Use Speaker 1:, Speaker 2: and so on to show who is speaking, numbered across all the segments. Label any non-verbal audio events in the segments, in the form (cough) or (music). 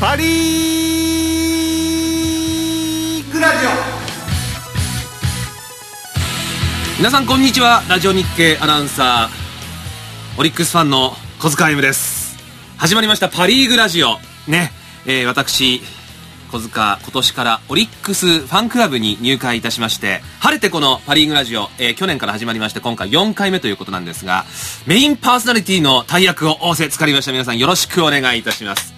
Speaker 1: パリーグラジオ
Speaker 2: 皆さんこんにちはラジオ日経アナウンサーオリックスファンの小塚歩夢です始まりましたパ・リーグラジオね、えー私小塚今年からオリックスファンクラブに入会いたしまして晴れてこのパ・リーグラジオ、えー去年から始まりまして今回4回目ということなんですがメインパーソナリティの大役を仰せつかりました皆さんよろしくお願いいたします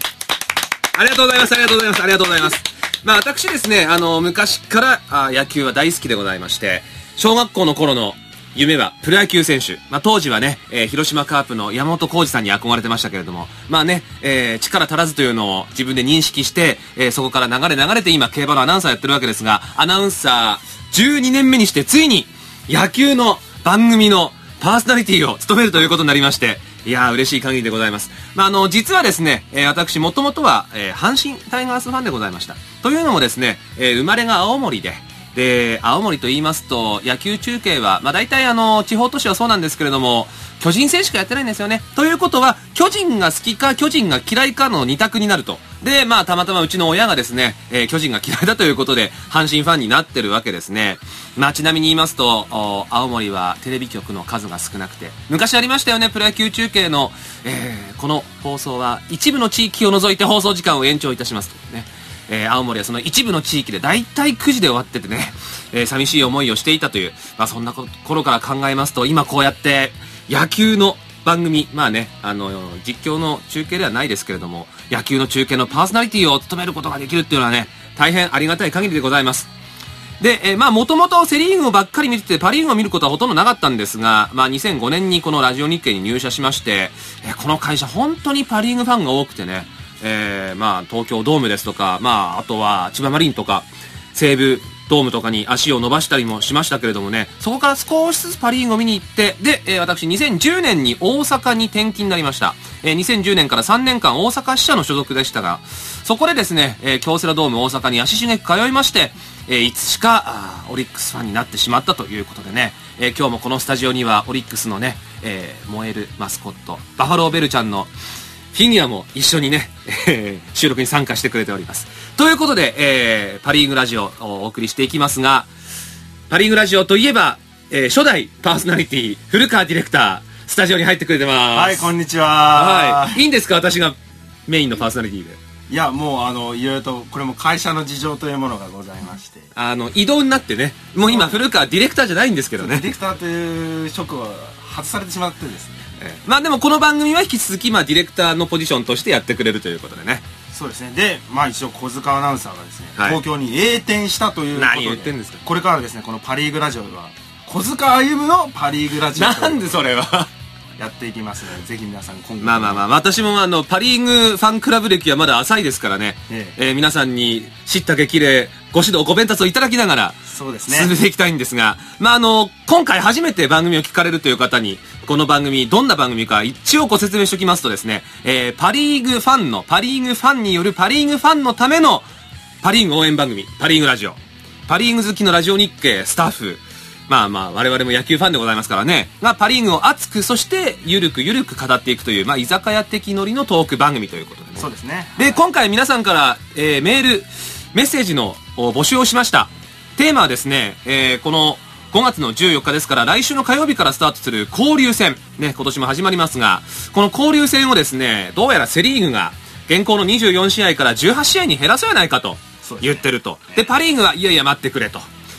Speaker 2: ありがとうございます、ありがとうございます、ありがとうございます。まあ私ですね、あの、昔からあ野球は大好きでございまして、小学校の頃の夢はプロ野球選手。まあ当時はね、えー広島カープの山本浩二さんに憧れてましたけれども、まあね、えー力足らずというのを自分で認識して、えーそこから流れ流れて今競馬のアナウンサーやってるわけですが、アナウンサー12年目にしてついに野球の番組のパーソナリティを務めるということになりまして、いやー嬉しい限りでございます。まあ、あの、実はですね、えー私もともとは、えー阪神タイガースファンでございました。というのもですね、えー生まれが青森で、で、青森と言いますと、野球中継は、まあ、大体あの、地方都市はそうなんですけれども、巨人戦しかやってないんですよね。ということは、巨人が好きか、巨人が嫌いかの二択になると。で、まあ、たまたまうちの親がですね、えー巨人が嫌いだということで、阪神ファンになってるわけですね。まあ、ちなみに言いますと、お青森はテレビ局の数が少なくて、昔ありましたよね、プロ野球中継の、えーこの放送は一部の地域を除いて放送時間を延長いたしますと、ね。えー青森はその一部の地域で大体9時で終わっててね、えー寂しい思いをしていたという、まあ、そんなこ頃から考えますと、今こうやって野球の番組、まあね、あの、実況の中継ではないですけれども、野球の中継のパーソナリティを務めることができるっていうのはね、大変ありがたい限りでございます。で、えーまあ、もともとセリーグばっかり見てて、パリーグを見ることはほとんどなかったんですが、まあ、2005年にこのラジオ日経に入社しまして、えーこの会社本当にパリーグファンが多くてね、えーまあ、東京ドームですとか、まあ、あとは千葉マリンとか、西武ドームとかに足を伸ばしたりもしましたけれどもね、そこから少しずつパリーグを見に行って、で、えー私2010年に大阪に転勤になりました。えー2010年から3年間大阪支社の所属でしたが、そこでですね、えー京セラドーム大阪に足しげく通いまして、えーいつしかあーオリックスファンになってしまったということでね、えー今日もこのスタジオにはオリックスのね、えー燃えるマスコット、バファローベルちゃんのフィギュアも一緒にね、えー収録に参加してくれております。ということで、えーパリーグラジオをお送りしていきますが、パリーグラジオといえば、えー初代パーソナリティ、古川ディレクター、スタジオに入ってくれてます。
Speaker 1: はいこんにち
Speaker 2: は
Speaker 1: は、
Speaker 2: い。いいんですか私がメインのパーソナリティで。
Speaker 1: い、やもうあのいろいろとこれも会社の事情というものがございまして
Speaker 2: あの、移動になってね、もう今古川ディレクターじゃないんですけど
Speaker 1: デ
Speaker 2: ね
Speaker 1: ィ。レクターという職を外されてしまってですね
Speaker 2: えーまあでもこの番組は引き続き、まあディレクターのポジションとしてやってくれるということでね。
Speaker 1: そうですねでまあ一応小塚アナウンサーがですね、
Speaker 2: はい
Speaker 1: 東京に栄転したということで
Speaker 2: 何言ってんですか
Speaker 1: これからですねこのパ・リーグラジオは小塚歩夢のパ・リーグラジオ
Speaker 2: (laughs) なんでそれは。
Speaker 1: やっていきますのでぜひ皆さん今後
Speaker 2: まあまあまあ、
Speaker 1: あ
Speaker 2: 私もあの、パリーグファンクラブ歴はまだ浅いですからね、
Speaker 1: え
Speaker 2: えー皆さんに知った激励、ご指導、ご鞭達をいただきながら、
Speaker 1: そうですね
Speaker 2: 進めていきたいんですが、まああの、今回初めて番組を聞かれるという方に、この番組、どんな番組か一応ご説明しておきますとですね、えーパリーグファンの、パリーグファンによるパリーグファンのための、パリーグ応援番組、パリーグラジオ。パリーグ好きのラジオ日経スタッフ、まあまあ、我々も野球ファンでございますからね、がパリーグを熱く、そして、ゆるくゆるく語っていくという、まあ、居酒屋的ノリのトーク番組ということでね。
Speaker 1: そうですね
Speaker 2: で、今回皆さんから、えーメール、メッセージのお募集をしました。テーマはですね、えーこの5月の14日ですから、来週の火曜日からスタートする交流戦。ね、今年も始まりますが、この交流戦をですね、どうやらセリーグが、現行の24試合から18試合に減らそうやないかと
Speaker 1: そうですね
Speaker 2: 言ってると。で、パリーグは、いやいや待ってくれと。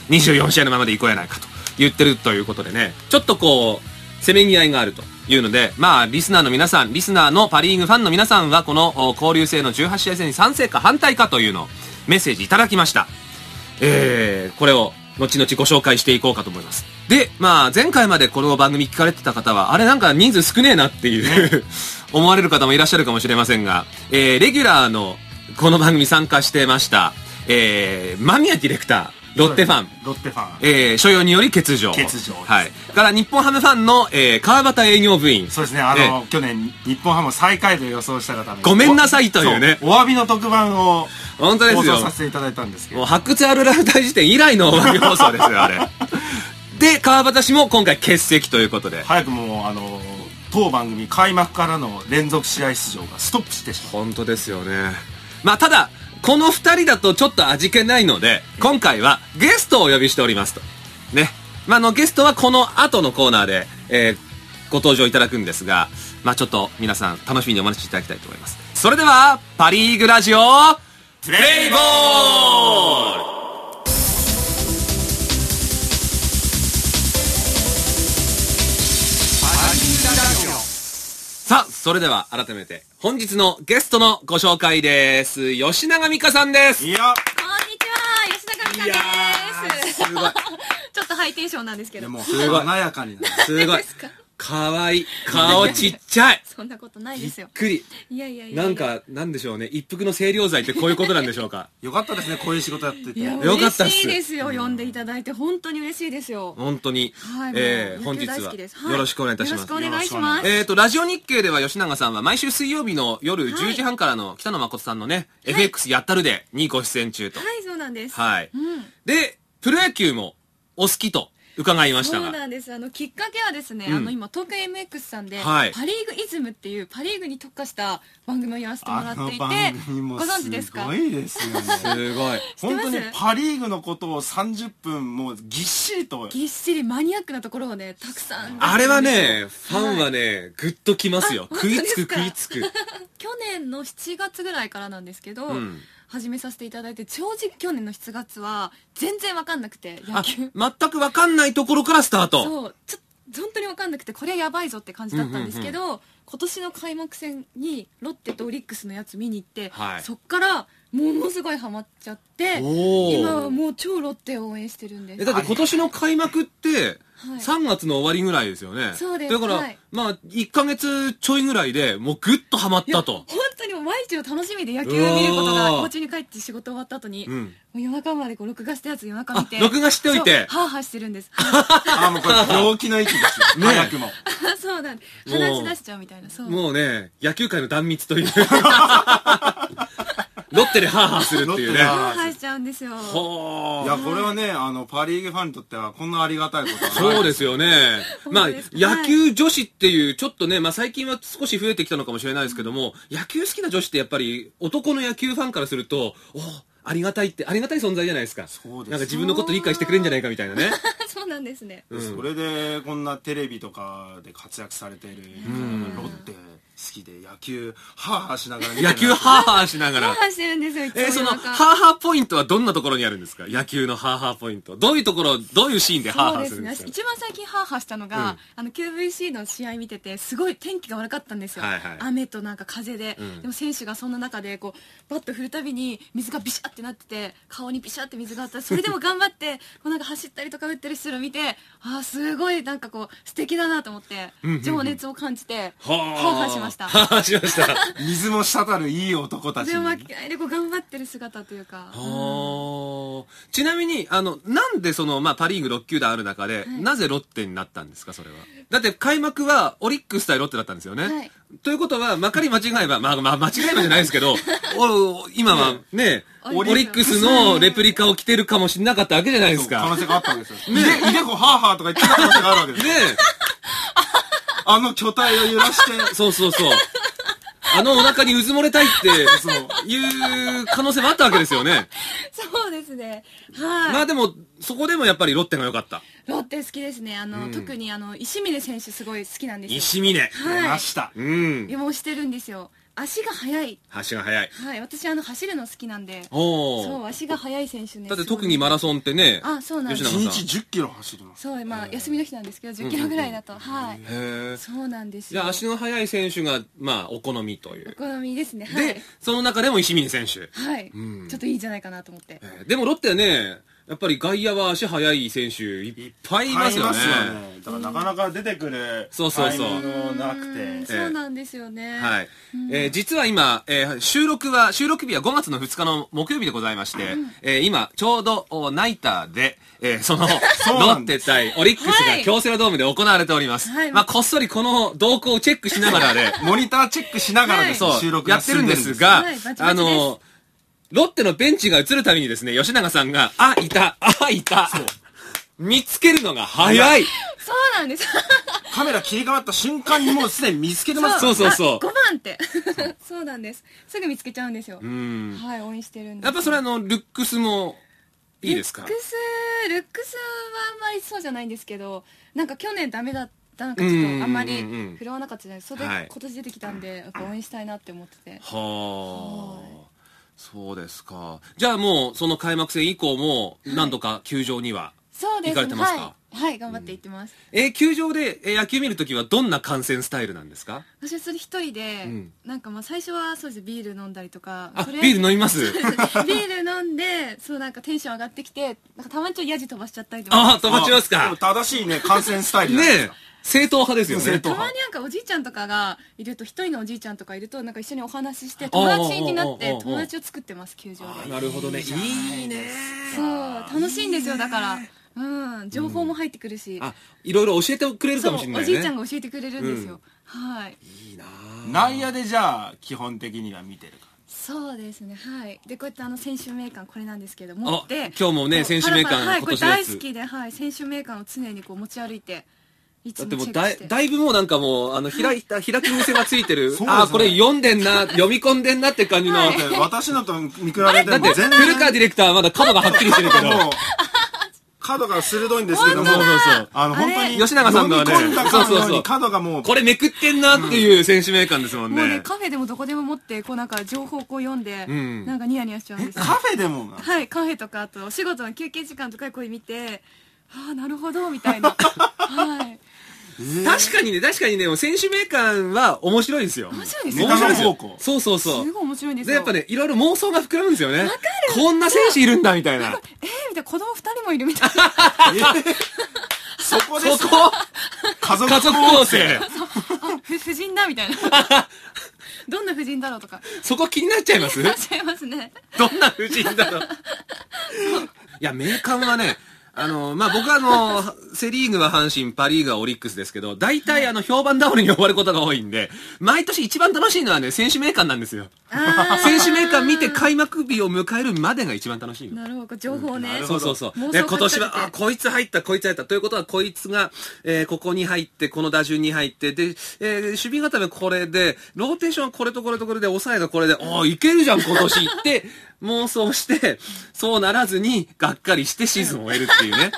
Speaker 2: 24試合のままで行こうやないかと言ってるということでね、ちょっとこう、せめぎ合いがあるというので、まあ、リスナーの皆さん、リスナーのパ・リーグファンの皆さんは、このお交流戦の18試合戦に賛成か反対かというのをメッセージいただきました。えーこれを後々ご紹介していこうかと思います。で、まあ、前回までこの番組聞かれてた方は、あれなんか人数少ねえなっていう、 (laughs) 思われる方もいらっしゃるかもしれませんが、えーレギュラーのこの番組参加してました、えー、間宮ディレクター、ロッテファン、
Speaker 1: ロッテファン
Speaker 2: えー所要により欠場。
Speaker 1: 欠場です
Speaker 2: はい。から日本ハムファンの、えー川端営業部員。
Speaker 1: そうですね、あの、去年、日本ハム最下位と予想したがために
Speaker 2: ごめんなさいというね
Speaker 1: おお詫びの特番を
Speaker 2: 本当で
Speaker 1: 放
Speaker 2: すよ
Speaker 1: 送させていただいたんですけ
Speaker 2: もう
Speaker 1: ど、
Speaker 2: 発掘あるラフ大辞典以来の番組放送ですよ、あれ。で、川端氏も今回欠席ということで。
Speaker 1: 早くもう、あの、当番組開幕からの連続試合出場がストップしてしま
Speaker 2: 本当ですよね。まあ、ただ、この二人だとちょっと味気ないので、今回はゲストをお呼びしておりますと。ね。まあ、あの、ゲストはこの後のコーナーで、えーご登場いただくんですが、まあ、ちょっと皆さん楽しみにお待ちいただきたいと思います。それでは、パリーグラジオ、プレイボールさあ、それでは改めて、本日のゲストのご紹介です。吉永美香さんです。
Speaker 1: いや
Speaker 3: こんにちは、吉高美香です。
Speaker 2: すごい。
Speaker 3: (laughs) ちょっとハイテンションなんですけ
Speaker 1: で
Speaker 3: ど。
Speaker 1: も
Speaker 2: すごい
Speaker 1: 華やかになる
Speaker 2: すごい
Speaker 3: ですか。
Speaker 2: かわいい。顔ちっちゃい。
Speaker 3: そんなことない
Speaker 2: び
Speaker 3: で
Speaker 2: っ
Speaker 3: すよ。
Speaker 2: くり。
Speaker 3: いやいやいや。
Speaker 2: なん、か、なんでしょうね。一服の清涼剤ってこういうことなんでしょう
Speaker 3: (laughs)
Speaker 2: か。
Speaker 1: よかったですねこういう仕事やってて
Speaker 3: いや、
Speaker 2: よかったっ
Speaker 3: 嬉
Speaker 2: す
Speaker 3: しいですよ。呼んでいただいて、本当に嬉しいですよ。
Speaker 2: 本当に。
Speaker 3: はい、
Speaker 2: えー
Speaker 3: もう
Speaker 2: 本日
Speaker 3: 野球
Speaker 2: は
Speaker 3: 大好きですは
Speaker 2: よろしくお願いいたします
Speaker 3: よろしくお願いします。
Speaker 2: えー、と、ラジオ日経では吉永さんは毎週水曜日の夜10時半からの北野誠さんのね、FX やったるでにご出演中と。
Speaker 3: はい、そうなんです。
Speaker 2: はい。
Speaker 3: うん。
Speaker 2: で、プロ野球もお好きと伺いまし
Speaker 3: そ
Speaker 2: た
Speaker 3: う
Speaker 2: が。
Speaker 3: なんです。あの、きっかけはですね、
Speaker 2: うん
Speaker 3: あの、今、東京 MX さんで、
Speaker 2: はい
Speaker 3: パリーグイズムっていう、パリーグに特化した番組をやらせてもら
Speaker 1: あ
Speaker 3: っ
Speaker 1: の
Speaker 3: ていて、ご
Speaker 1: 番組も
Speaker 3: 存知です
Speaker 1: す
Speaker 3: か
Speaker 1: ごいですよね
Speaker 2: すごい。
Speaker 3: って
Speaker 1: 本
Speaker 3: ます
Speaker 1: 当にパ・リーグのことを30分もうぎっしりと
Speaker 3: ぎっしりマニアックなところをね、たくさん。
Speaker 2: あれはね、ファンはね、ぐっときますよ。
Speaker 3: あ
Speaker 2: 食いつく食
Speaker 3: 本当
Speaker 2: い
Speaker 3: で
Speaker 2: つ
Speaker 3: す
Speaker 2: く。
Speaker 3: 去年の7月ぐらいからなんですけど、
Speaker 2: うん
Speaker 3: 始めさせていただいて正直去年の7月は全然わかんなくて野
Speaker 2: あ、
Speaker 3: 球
Speaker 2: 全くわかんないところからスタート。
Speaker 3: そうちょっと本当にわかんなくてこれやばいぞって感じだったんですけど、今年の開幕戦にロッテとオリックスのやつ見に行って、
Speaker 2: はい
Speaker 3: そっからものすごいハマっちゃって
Speaker 2: おー
Speaker 3: 今はもう超ロッテを応援してるんで
Speaker 2: え、
Speaker 3: す
Speaker 2: だって今年の開幕って、
Speaker 3: はい
Speaker 2: 3月の終わりぐらいですよね。
Speaker 3: そうです
Speaker 2: だから、
Speaker 3: はい
Speaker 2: まあ、1ヶ月ちょいぐらいでもうぐっとハマっ
Speaker 3: いや
Speaker 2: たと。
Speaker 3: 本当にもう毎日を楽しみで野球を見ること
Speaker 2: うわ
Speaker 3: が
Speaker 2: ー
Speaker 3: お家に帰って仕事終わった後に、
Speaker 2: うん
Speaker 3: もう夜中までこう録画したやつ夜中見て
Speaker 2: あ録画しておいて
Speaker 3: そうハーハーしてるんです
Speaker 1: あもうこれ病気の域ですよ、
Speaker 2: ね
Speaker 1: 早くも
Speaker 3: (laughs) そうなん
Speaker 2: もう
Speaker 3: 話し出しちゃうみたいなそう
Speaker 2: もうね、野球界の断密
Speaker 3: (laughs)
Speaker 2: という。ロッテでハーハーするってい
Speaker 1: ロッ
Speaker 2: う
Speaker 1: テでハー
Speaker 2: ね。
Speaker 3: ハーハーしちゃうんですよ
Speaker 2: ほ
Speaker 1: いや
Speaker 2: ー
Speaker 1: これはねあのパ・リーグファンにとってはこんなありがたいことはない
Speaker 2: そうですよ
Speaker 3: (laughs)
Speaker 2: ね。まあ、
Speaker 3: 本当ですかはい
Speaker 2: 野球女子っていう、ちょっとね、まあ最近は少し増えてきたのかもしれないですけども、野球好きな女子ってやっぱり、男の野球ファンからすると、おありがたいって、ありがたい存在じゃないですか。
Speaker 1: そうです
Speaker 2: なんか自分のこと理解してくれるんじゃないか
Speaker 1: (laughs)
Speaker 2: みたいなね。
Speaker 3: そうなんですね
Speaker 1: それでこんなテレビとかで活躍されているロッテ好きで野球ハーハーしながら見てる
Speaker 2: 野球ハーハーしなが
Speaker 3: ハー
Speaker 2: ら。
Speaker 3: ハーしてるんですよいつも
Speaker 2: えーその、
Speaker 3: 夜中
Speaker 2: ハーハーポイントはどんなところにあるんですか野球のハーハーポイント。どういうところ、どういうシーンでハー
Speaker 3: そ
Speaker 2: ハ
Speaker 3: う
Speaker 2: ー
Speaker 3: です
Speaker 2: る
Speaker 3: す
Speaker 2: んで
Speaker 3: ね
Speaker 2: すか
Speaker 3: 一番最近ハーハーしたのが、
Speaker 2: うん
Speaker 3: あの QVC の試合見ててすごい天気が悪かったんですよ、
Speaker 2: はいはい
Speaker 3: 雨となんか風で、
Speaker 2: ん
Speaker 3: でも選手がそんな中でこうバット振るたびに水がビシャってなってて顔にビシャって水があったそれでも頑張って
Speaker 2: (laughs)
Speaker 3: こうなんか走ったりとか打ってる人を見てああすごいなんかこう素敵だなと思って、情熱を感じてハーハーしました
Speaker 2: ハーハーしました。は
Speaker 1: 水も滴るいい男たち
Speaker 3: でも
Speaker 1: に
Speaker 3: 負けないでこう頑張ってる姿というか、
Speaker 2: ーちなみに、あの、なんでその、まあ、パリーグ6球団ある中で、なぜロッテになったんですか、それは。だって、開幕は、オリックス対ロッテだったんですよね。
Speaker 3: はい
Speaker 2: ということは、まかり間違えば、まあ、まあ、間違えばじゃないですけど、お今はね、オ
Speaker 3: オ
Speaker 2: リ
Speaker 3: リ
Speaker 2: ッ
Speaker 3: ッ
Speaker 2: ク
Speaker 3: ク
Speaker 2: ス
Speaker 3: ス
Speaker 2: のレプリカを着てるかもしれなかったわけじゃないです
Speaker 1: 可能
Speaker 2: か。
Speaker 1: 性があったわけですよ、ね、いでこハーハーとか言ってた可能性があるわけです
Speaker 2: ね (laughs)
Speaker 1: よあの巨体を揺らして
Speaker 2: えそうそうそう。あのお腹にうずもれたいって、そう、いう可能性もあったわけですよね。
Speaker 3: そうですねはい、
Speaker 2: まあでも、そこでもやっぱりロッテが良かった。
Speaker 3: ロッテ好きですねあの、特にあの石峰選手すごい好きなんですよ
Speaker 2: 石峰。
Speaker 1: 出ました、
Speaker 2: うん。
Speaker 3: 予防してるんですよ足が速い
Speaker 2: 足が速い。
Speaker 3: はい私あの走るの好きなんで
Speaker 2: おお。
Speaker 3: そう足が速い選手ね
Speaker 2: だって特にマ
Speaker 3: ラ
Speaker 2: ラソンってね、
Speaker 3: あそうなんです
Speaker 2: 吉
Speaker 1: 一
Speaker 2: 永さん。
Speaker 1: 日1 0キロ走ります
Speaker 3: そうまあ休みの日なんですけど1 0キロぐらいだと、はい
Speaker 2: へえ。
Speaker 3: そうなんです
Speaker 2: じ
Speaker 3: よ
Speaker 2: ゃあ足の速い選手が、まあ、お好みとい
Speaker 3: お
Speaker 2: う。
Speaker 3: 好みですねはい
Speaker 2: で、その中でも石峰選手。
Speaker 3: はい、
Speaker 2: うん
Speaker 3: ちょっといいんじゃないかなと思って
Speaker 2: えーでもロッテはね、やっぱり外野は足速い選手いっぱいいますよね。
Speaker 1: いっぱいいますよねだからなかなか出てくる
Speaker 2: そうそうそう
Speaker 1: タイミングもなく
Speaker 3: うん
Speaker 1: て
Speaker 3: そうなんですよね、
Speaker 2: はい。えー実は今、えー収録は、収録日は5月の2日の木曜日でございまして、えー今、ちょうど、おナイターで、えーその、ロ
Speaker 1: (laughs) そうな
Speaker 2: ッ
Speaker 1: んで
Speaker 2: テ対オリックス
Speaker 3: は
Speaker 2: が
Speaker 3: い
Speaker 2: 京セラドームで行われております。
Speaker 3: はい
Speaker 2: まあ、こっそりこの動向をチェックしなが
Speaker 1: (laughs)
Speaker 2: らで、
Speaker 1: モニターチェックしながら
Speaker 3: は
Speaker 1: で
Speaker 3: い
Speaker 1: す、
Speaker 2: そう、
Speaker 1: 収録
Speaker 2: や
Speaker 1: が
Speaker 2: って
Speaker 1: 進
Speaker 2: るん
Speaker 1: んで
Speaker 2: で
Speaker 1: るんですす
Speaker 2: が、
Speaker 3: はいバチバチです
Speaker 2: あの、ロッテのベンチが映るたびにですね、吉永さんが、あ、いた、あ、いた、見つけるのが早い
Speaker 3: そうなんです
Speaker 1: カメラ切り替わった瞬間にもうすでに見つけてます
Speaker 2: そうそうそう
Speaker 3: あ5番って (laughs) そうなんですすぐ見つけちゃうんですよ
Speaker 2: うん
Speaker 3: はい応援してるんです
Speaker 2: やっぱそれはあのルックスもいいですか
Speaker 3: ルックスルックスはあんまりそうじゃないんですけどなんか去年ダメだったなんかちょっとあんま
Speaker 2: うんうんうんうん
Speaker 3: り振るわなかったじゃないですかそれ
Speaker 2: はい
Speaker 3: で今年出てきたんでやっぱ応援したいなって思ってて
Speaker 2: は
Speaker 3: はい
Speaker 2: あそうですかじゃあもうその開幕戦以降も何度か球場には、
Speaker 3: そうです
Speaker 2: 行かれてますか
Speaker 3: はい、はい、頑張って行ってます、
Speaker 2: えー球場でえー野球見るときはどんな観戦スタイルなんですか
Speaker 3: 私はそれ一人で、
Speaker 2: うん
Speaker 3: なんかまあ最初はそうですビール飲んだりとか
Speaker 2: あ
Speaker 3: とりあえず
Speaker 2: ビール飲みます
Speaker 3: (laughs) ビール飲んでそうなんかテンション上がってきてなんかたまにちょっとヤジ飛ばしちゃったりと
Speaker 2: ああ
Speaker 3: か
Speaker 2: 飛ばします
Speaker 1: でも
Speaker 2: か
Speaker 1: 正しいね感染スタイルじゃ
Speaker 2: ね
Speaker 1: ないです
Speaker 2: え
Speaker 1: か
Speaker 2: 正統派ですよね
Speaker 1: 正統
Speaker 3: た
Speaker 1: 派
Speaker 3: まになんかおじいちゃんとかがいると一人のおじいちゃんとかいるとなんか一緒にお話しして友達になっ
Speaker 2: おうおうおう
Speaker 3: て
Speaker 2: おう
Speaker 3: 友達を作ってます球場
Speaker 2: あ
Speaker 3: で
Speaker 2: なるほどねいいね
Speaker 3: そう楽しいんですよだからうん情報も入ってくるし、
Speaker 2: あいろいろ教えてくれる
Speaker 3: そ
Speaker 2: か
Speaker 3: う
Speaker 2: もしれないね
Speaker 3: おじいちゃんが教えてくれるんですよ、はい
Speaker 2: いいな
Speaker 1: 内野でじゃあ基本的には見てるか
Speaker 3: そうですねはいでこうやってあの選手名鑑これなんですけど
Speaker 2: あ
Speaker 3: 持って
Speaker 2: 今日もね
Speaker 3: こう
Speaker 2: 選手名鑑
Speaker 3: パラパラはい
Speaker 2: 今
Speaker 3: これ
Speaker 2: 年のや
Speaker 3: 大
Speaker 2: つ
Speaker 3: 好きで、はい、選手名鑑を常にこう持ち歩いていつ
Speaker 2: だっ
Speaker 3: も
Speaker 2: て
Speaker 3: チ
Speaker 2: もう
Speaker 3: ェック
Speaker 2: だ
Speaker 3: し
Speaker 2: い
Speaker 3: て
Speaker 2: だいぶもうなんかもうあの開いた開き癖がついて
Speaker 1: そ
Speaker 2: る
Speaker 1: うですね
Speaker 2: ああこれ読んでんな読み込んでんなって感じの、
Speaker 1: らだって私のと見比べても
Speaker 2: だって
Speaker 1: 全
Speaker 2: 古
Speaker 1: 然
Speaker 2: 川ディレクターはまだ角がはっきりしてるけど
Speaker 1: もう角が鋭いんですけども
Speaker 2: そうそうそう
Speaker 1: あの
Speaker 3: あれ
Speaker 1: 本当に
Speaker 2: 吉永さんのはね
Speaker 1: 読み込んだかのよ
Speaker 2: そう
Speaker 1: う
Speaker 2: そうそう
Speaker 1: に角がもう
Speaker 2: これめくってんなっていう選手名鑑ですもんね,、
Speaker 3: もうねカフェでもどこでも持ってこうなんか情報をこう読んで、
Speaker 2: ん
Speaker 3: なんかニヤニヤしちゃうんですよ
Speaker 1: カフェでもな
Speaker 3: はいカフェとかあとお仕事の休憩時間とかでこれ見てああなるほどみたいなはい
Speaker 2: 確かにね確かにねもう選手名鑑は面白いですよ面
Speaker 3: 白いです
Speaker 1: よ
Speaker 2: 面白いですよ
Speaker 1: メタの方向
Speaker 2: そうそうそう
Speaker 3: すごい面白いんです
Speaker 2: で
Speaker 3: よ
Speaker 2: やっぱねいろいろ妄想が膨らむんですよねこんな選手いるんだみたいな
Speaker 3: えー、みたいな子供2人もいるみたい
Speaker 2: (laughs)
Speaker 3: な
Speaker 1: そこです
Speaker 2: そこ
Speaker 1: 家族
Speaker 2: 家族構成
Speaker 3: あふ夫人だ
Speaker 2: (laughs)
Speaker 3: みたいなどんな夫人だろうとか
Speaker 2: そこ気になっちゃいます
Speaker 3: いらっしゃいますね
Speaker 2: どんな夫人だろう。いや、名鑑はね、あの、まあ、僕はあの、セリーグは阪神、パリーグはオリックスですけど、大体あの、評判倒れに終わることが多いんで、毎年一番楽しいのはね、選手名鑑なんですよ。
Speaker 3: あー
Speaker 2: 選手名鑑見て開幕日を迎えるまでが一番楽しいの。
Speaker 3: なるほど情報ね、
Speaker 2: そうそうそう。
Speaker 3: 妄
Speaker 2: で、今
Speaker 3: 想かけて
Speaker 2: 年は、あ、こいつ入った、こいつ入った。ということは、こいつが、えーここに入って、この打順に入って、で、えー守備固めこれで、ローテーションはこれとこれとこれで、抑えがこれで、おーいけるじゃん、今年って、 (laughs) 妄想して、そうならずに、がっかりしてシーズンを終えるって
Speaker 3: (laughs)
Speaker 2: いうね。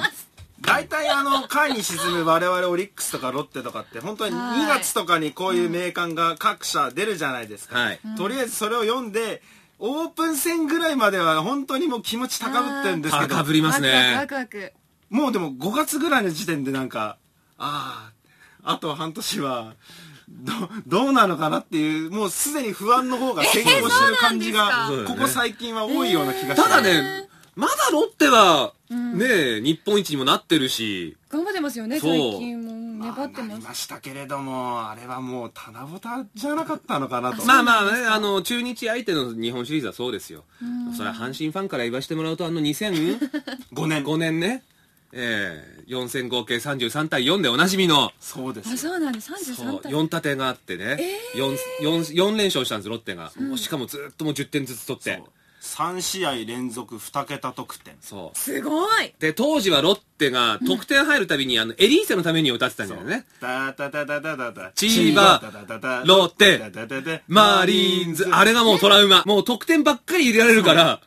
Speaker 1: 大体あの下位に沈む我々オリックスとかロッテとかって本当に
Speaker 3: はい
Speaker 1: 2月とかにこういう名鑑が各社出るじゃないですか、
Speaker 2: はい
Speaker 1: とりあえずそれを読んでオープン戦ぐらいまでは本当にもう気持ち高ぶってるんですけど
Speaker 2: 高ぶります
Speaker 3: ワ
Speaker 2: ね。
Speaker 3: クワクワク
Speaker 1: もうでも5月ぐらいの時点でなんかあああと半年はどどうなのかなっていうもうすでに不安の方が先行してる感じが、
Speaker 3: えー
Speaker 2: そうなんですか
Speaker 1: ここ最近は多いような気がして
Speaker 2: ただね、まだロッテは、ねえ、日本一にもなってるし、
Speaker 3: 頑張ってますよね
Speaker 2: そう
Speaker 3: 最近も粘って
Speaker 1: な
Speaker 3: ま
Speaker 1: り
Speaker 3: す、
Speaker 1: ましたけれどもあれはもう七夕じゃなかったのかなと
Speaker 2: まあまあね、あの、中日相手の日本シリーズはそうですよ。それは阪神ファンから言わせてもらうと、あの2000、
Speaker 1: 5年
Speaker 2: 5年ね、えー、4戦合計33対4でおなじみの、
Speaker 1: そうで
Speaker 3: あ
Speaker 1: すよ
Speaker 3: そうなんです
Speaker 2: そう
Speaker 3: 33対
Speaker 2: 4立てがあってね、四四四連勝したんです、ロッテが。もうしかもずっともう10点ずつ取って。
Speaker 1: 3試合連続2桁得点
Speaker 2: そう。
Speaker 3: すごい
Speaker 2: で、当時はロッテが得点入るたびに、あの、エリーセのために歌ってたんだよね。
Speaker 1: ダダダダダダダ
Speaker 2: 千葉
Speaker 1: ダダダダダ
Speaker 2: ロッテ
Speaker 1: ダダダダ
Speaker 2: マーリーンズ、あれがもうトラウマ。もう得点ばっかり入れられるから、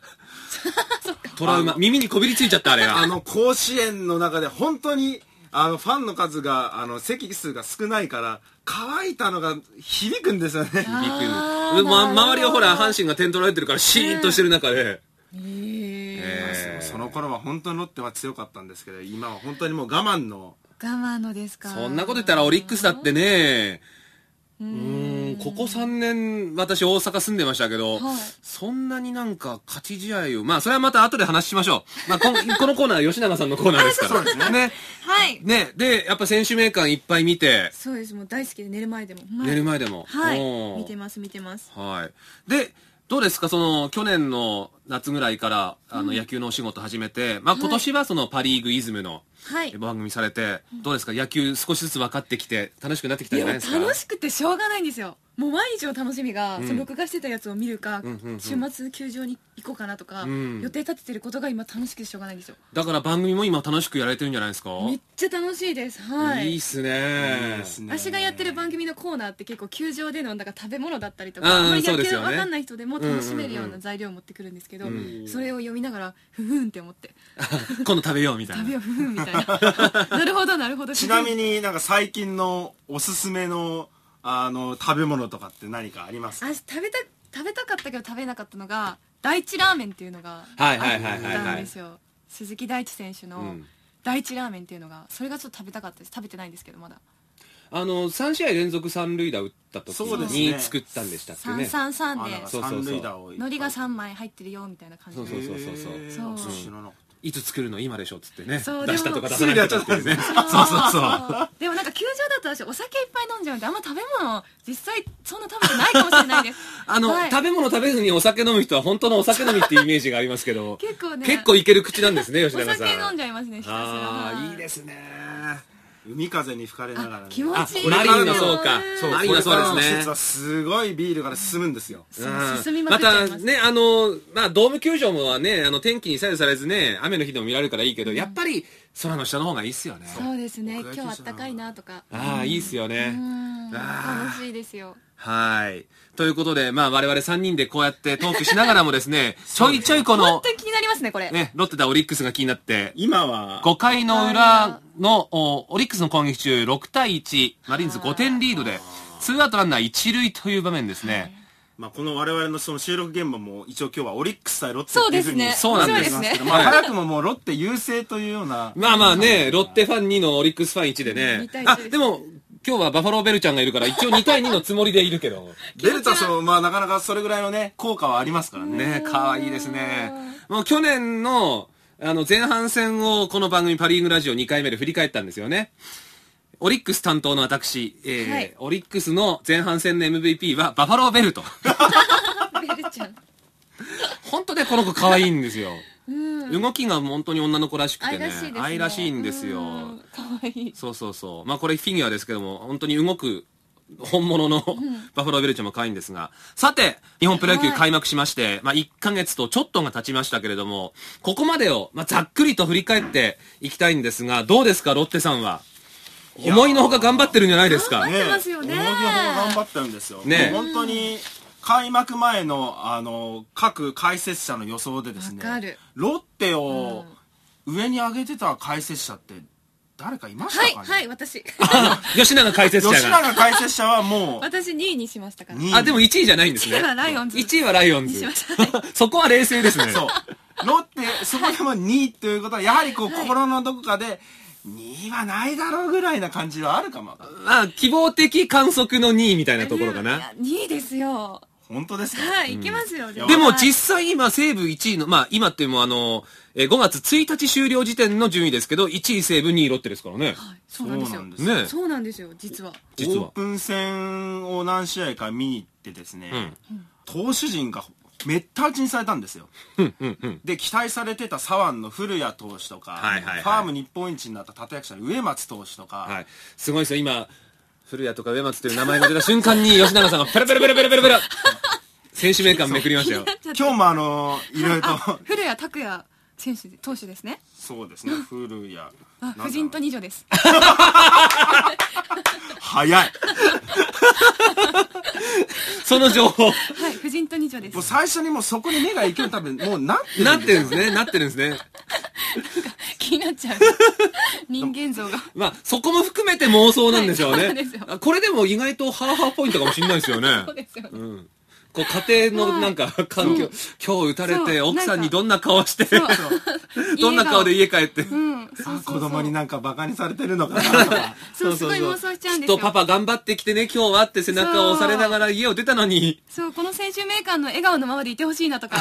Speaker 2: トラウマ。耳にこびりついちゃった、あれ
Speaker 1: あ
Speaker 2: が。
Speaker 1: の甲子園の中で本当にあのファンの数があの席数が少ないから乾いたのが響くんですよ
Speaker 2: (laughs)
Speaker 1: ね
Speaker 2: びっくり
Speaker 3: あ
Speaker 2: で
Speaker 3: ー
Speaker 2: ま、
Speaker 3: なるほど
Speaker 2: 周りはほら、阪神が点取られてるから、シーンとしてる中で。
Speaker 3: えー
Speaker 2: えー
Speaker 1: その頃は本当にロッテは強かったんですけど今は本当にもう我慢の
Speaker 3: 我慢のですか
Speaker 2: そんなこと言ったらオリックスだってね、うーん、ここ3年、私大阪住んでましたけど、
Speaker 3: はい
Speaker 2: そんなになんか勝ち試合を、まあそれはまた後で話しましょう。まあ
Speaker 3: (laughs)
Speaker 2: こんこのコーナーは吉永さんのコーナーですから。ね。ね。
Speaker 3: はい
Speaker 2: で、やっぱ選手名鑑いっぱい見て、
Speaker 3: そうですもう大好きで寝る前でも
Speaker 2: 寝る前でも。
Speaker 3: はい
Speaker 2: おー
Speaker 3: 見てます見てます
Speaker 2: はい。で、どうですかその、去年の夏ぐらいから、あの、野球のお仕事始めて、まあ今年はそのパリーグイズムの
Speaker 3: はい
Speaker 2: 番組されて、どうですか野球少しずつ分かってきて、楽しくなってきた
Speaker 3: い
Speaker 2: んじゃ
Speaker 3: や
Speaker 2: ないですか
Speaker 3: 楽しくてしょうがないんですよもう毎日の楽しみが、
Speaker 2: うん
Speaker 3: その録画してたやつを見るか、
Speaker 2: うんうんうん
Speaker 3: 週末球場に行こうかなとか、
Speaker 2: うん
Speaker 3: 予定立ててることが今楽しくてしょうがないんですよ
Speaker 2: だから番組も今楽しくやられてるんじゃないですか
Speaker 3: めっちゃ楽しいですはい
Speaker 2: いいっす
Speaker 1: いい
Speaker 2: ね
Speaker 1: ですね
Speaker 3: 私がやってる番組のコーナーって結構球場でのなんか食べ物だったりとか、
Speaker 2: うん
Speaker 3: あんまり
Speaker 2: そう
Speaker 3: 野
Speaker 2: です
Speaker 3: 球
Speaker 2: よ
Speaker 3: わ
Speaker 2: ね
Speaker 3: かんない人でも楽しめるよう
Speaker 2: うんうんう
Speaker 3: なん材料を持ってくるんですけど、
Speaker 1: ん
Speaker 3: それを読みながらふふんって思って
Speaker 2: 今度食べようみたいな
Speaker 3: 食べようふふんみたいな
Speaker 2: (laughs)
Speaker 3: なるほどなるほど
Speaker 1: ちなみ
Speaker 3: に
Speaker 1: になんか最近のおすすめのあの食べ物とかって何かありますか
Speaker 3: あ食べた食べたかったけど食べなかったのが大地ラーメンっていうの
Speaker 2: は
Speaker 3: があ
Speaker 2: い
Speaker 3: っ
Speaker 2: はいはいはいはい
Speaker 3: たんですよ、鈴木大地選手
Speaker 2: う
Speaker 3: の
Speaker 2: ん
Speaker 3: 大地ラーメンっていうのがそれがちょっと食べたかったです食べてないんですけどまだ
Speaker 2: あの3試合連続三塁打打った時
Speaker 1: そうです
Speaker 2: に
Speaker 1: ね
Speaker 2: 作ったんでしたっけね
Speaker 3: 333で
Speaker 1: なんか
Speaker 2: そうそうそう
Speaker 1: 三塁打をいっぱい
Speaker 3: 海苔が3枚入ってるよみたいな感じ
Speaker 2: そうそうそうそうそう
Speaker 1: へー
Speaker 3: そう
Speaker 1: そう知らなかっ
Speaker 2: いつ作るの今でしょっつってね
Speaker 3: そう
Speaker 2: 出した
Speaker 3: で
Speaker 2: と
Speaker 3: も
Speaker 2: か出さないとかっていうね
Speaker 3: そうそうそうでもなんか球場だと私お酒いっぱい飲んじゃうんであんま食べ物実際そんな食べてないかもしれないです
Speaker 2: (laughs) あの、
Speaker 3: はい
Speaker 2: 食べ物食べずにお酒飲む人は本当のお酒飲みっていうイメージがありますけど
Speaker 3: 結構ね
Speaker 2: 結構いける口なんですね
Speaker 3: お
Speaker 2: 吉永さん
Speaker 3: 酒飲んじゃいますねひたすら
Speaker 2: ああいいですすね
Speaker 1: た海風に吹かれながらね、
Speaker 3: あ気持
Speaker 2: あ
Speaker 3: ちいい
Speaker 1: これ
Speaker 2: マ
Speaker 1: か
Speaker 2: リー
Speaker 1: ら
Speaker 2: の
Speaker 1: の
Speaker 2: そうか
Speaker 1: そう
Speaker 2: マリー
Speaker 1: こ
Speaker 2: の
Speaker 1: れから
Speaker 2: そう
Speaker 1: の
Speaker 2: で
Speaker 1: 季
Speaker 2: すね
Speaker 1: 節はすごいビールが進むんですよ
Speaker 2: うん
Speaker 3: 進みまくっちゃいます
Speaker 2: たね、あの、まあ、ドーム球場もはね、あの、天気に左右されずね、雨の日でも見られるからいいけど、やっぱり、空の下の方がいいっすよね。
Speaker 3: そうですね
Speaker 1: 僕
Speaker 3: 今
Speaker 1: が
Speaker 3: 日あったかいなとか
Speaker 2: ああ、いいっすよ
Speaker 3: う
Speaker 2: ね。
Speaker 3: ん
Speaker 2: あー
Speaker 3: 楽しいですよ
Speaker 2: はい。ということで、まあ、我々3人でこうやってトークしながらもですね、ちょいちょいこ
Speaker 3: 本
Speaker 2: の
Speaker 3: 当、に気になりますねこれ
Speaker 2: ね、ロッテ対オリックスが気になって、
Speaker 1: 今は
Speaker 2: 5回の裏の、おオリックスの攻撃中、6対1、マリーンズ5点リードで、ツーアウトランナー1塁という場面ですね。
Speaker 1: まあ、この我々のその収録現場も一応今日はオリックス対ロッテ
Speaker 3: そう
Speaker 1: っていう
Speaker 3: で
Speaker 1: ふ
Speaker 3: す
Speaker 1: うに
Speaker 3: ね
Speaker 2: そうなんです
Speaker 1: 言ってますけど
Speaker 2: は
Speaker 1: ま
Speaker 2: い
Speaker 1: あ、早くももうロッテ優勢というような
Speaker 2: まあまあね、ロッテファン2のオリックスファン1でね
Speaker 3: 2対。1
Speaker 2: あ
Speaker 3: で、す
Speaker 2: でも、今日はバファローベルちゃんがいるから、一応2対2のつもりでいるけ
Speaker 3: (laughs)
Speaker 2: ど。
Speaker 1: ベルタスもまあなかなかそれぐらいのね効果はありますからね
Speaker 2: ね可愛いですね。もう去年の、あの、前半戦をこの番組パリーグラジオ2回目で振り返ったんですよね。オリックス担当の私、えー
Speaker 3: はい
Speaker 2: オリックスの前半戦の MVP はバファローベルと。 (laughs)
Speaker 3: ベルちゃん
Speaker 2: 本当ね、この子可愛いんですよ。動きが本当に女の子らしくて
Speaker 3: 愛
Speaker 2: ね
Speaker 3: らしいですね
Speaker 2: 愛らしいんですよ。
Speaker 3: うんかわいい
Speaker 2: そうそうそう。まあこれフィギュアですけども、本当に動く本物のバファローベルチャーも可愛いんですが。さて、日本プロ野球開幕しまして、まあ1ヶ月とちょっとが経ちましたけれども、ここまでを、まあざっくりと振り返っていきたいんですが、どうですか、ロッテさんは。
Speaker 1: やー
Speaker 2: 思いのほか頑張ってるんじゃないですか。
Speaker 3: 頑張ってますよね
Speaker 1: 思いのほか頑張ってるんですよ、
Speaker 2: ね
Speaker 1: もう本当に開幕前のあの各解説者の予想でですね
Speaker 3: わかる
Speaker 1: ロッテを上に上げてた解説者って誰かいました
Speaker 3: はい
Speaker 1: かね、
Speaker 3: はい私
Speaker 2: (laughs) 吉永解説者
Speaker 1: 吉
Speaker 2: が。
Speaker 1: 永解説者はもう
Speaker 3: 私2位にしましたから
Speaker 1: 二位
Speaker 2: あ、でも1位じゃないんですね。
Speaker 3: 1位はライオンズ
Speaker 2: 1位はライオンズ
Speaker 3: にし。
Speaker 2: (laughs) そこは冷静ですね。
Speaker 1: そう。ロッテ、そこでも2位ということは、やはりこう、心のどこかで、2位はないだろうぐらいな感じはあるかもわかんない。
Speaker 2: まあ、希望的観測の2位みたいなところかな。
Speaker 3: 2位ですよ
Speaker 1: 本当ですか
Speaker 3: はい、いけますよ。
Speaker 1: うん
Speaker 2: でも
Speaker 3: はい
Speaker 2: 実際今西武1位の、まあ今っていうのもあの、えー5月1日終了時点の順位ですけど、1位西武、2位ロッテですからね。
Speaker 3: はいそうなんです
Speaker 1: そ
Speaker 3: よ。
Speaker 1: うなん
Speaker 2: ですね
Speaker 3: そうなんですよ、実は。
Speaker 2: 実
Speaker 1: オー
Speaker 2: は。
Speaker 1: プン戦を何試合か見に行ってですね、
Speaker 2: ん
Speaker 1: 投手陣がめった打ちにされたんですよ。
Speaker 2: うんうんうん。
Speaker 1: で、期待されてた左腕の古谷投手とか、
Speaker 2: はいはいはい
Speaker 1: ファーム日本一になった立役者の上松投手とか、
Speaker 3: (laughs)
Speaker 2: はい。すごいですよ、今、古谷とか上松という名前が出た瞬間に吉永さんがペラペラペラペラペラペラ選手名鑑めくりました
Speaker 3: (laughs)
Speaker 2: よ。
Speaker 1: 今日もあのいろいろ
Speaker 3: あ、
Speaker 1: と、
Speaker 3: 古谷拓也選手、投手ですね。
Speaker 1: そうですね、古谷。
Speaker 3: あ、
Speaker 1: なん
Speaker 3: 婦人
Speaker 1: だ
Speaker 3: と二女です。
Speaker 1: 早い。
Speaker 2: その情
Speaker 3: (laughs)
Speaker 2: 報。
Speaker 3: はい、婦人と二女です
Speaker 1: も (laughs) う。最初にもうそこに目が行く多分、もうなってる
Speaker 2: なってるんですね、なってるんですね。
Speaker 3: 気になっちゃう。人間像が。
Speaker 2: まあ、そこも含めて妄想なんでしょう
Speaker 3: は
Speaker 2: ね
Speaker 3: いそうですよ。
Speaker 2: あこれでも意外とハーハーポイントかもしれないですよね。
Speaker 3: (laughs) そうですよね。
Speaker 2: うんこう家庭のなんか環境、今日打たれて
Speaker 3: そう
Speaker 2: 奥さん
Speaker 3: なん
Speaker 2: に
Speaker 3: か
Speaker 2: どんな顔して、 (laughs) どんな顔で
Speaker 3: いい
Speaker 2: 家帰って、
Speaker 3: 笑顔。うん、そうそうそう
Speaker 1: 子供になんかバカにされてるのかなとか
Speaker 3: そう、すごい妄想しちゃう
Speaker 2: きっ
Speaker 3: んです
Speaker 2: と
Speaker 3: よ。
Speaker 2: パパ頑張ってきてね、今日はって背中を押されながら家を出たの
Speaker 3: (laughs)
Speaker 2: に、
Speaker 3: そう、この選手名鑑の笑顔のままでいてほしいなとか。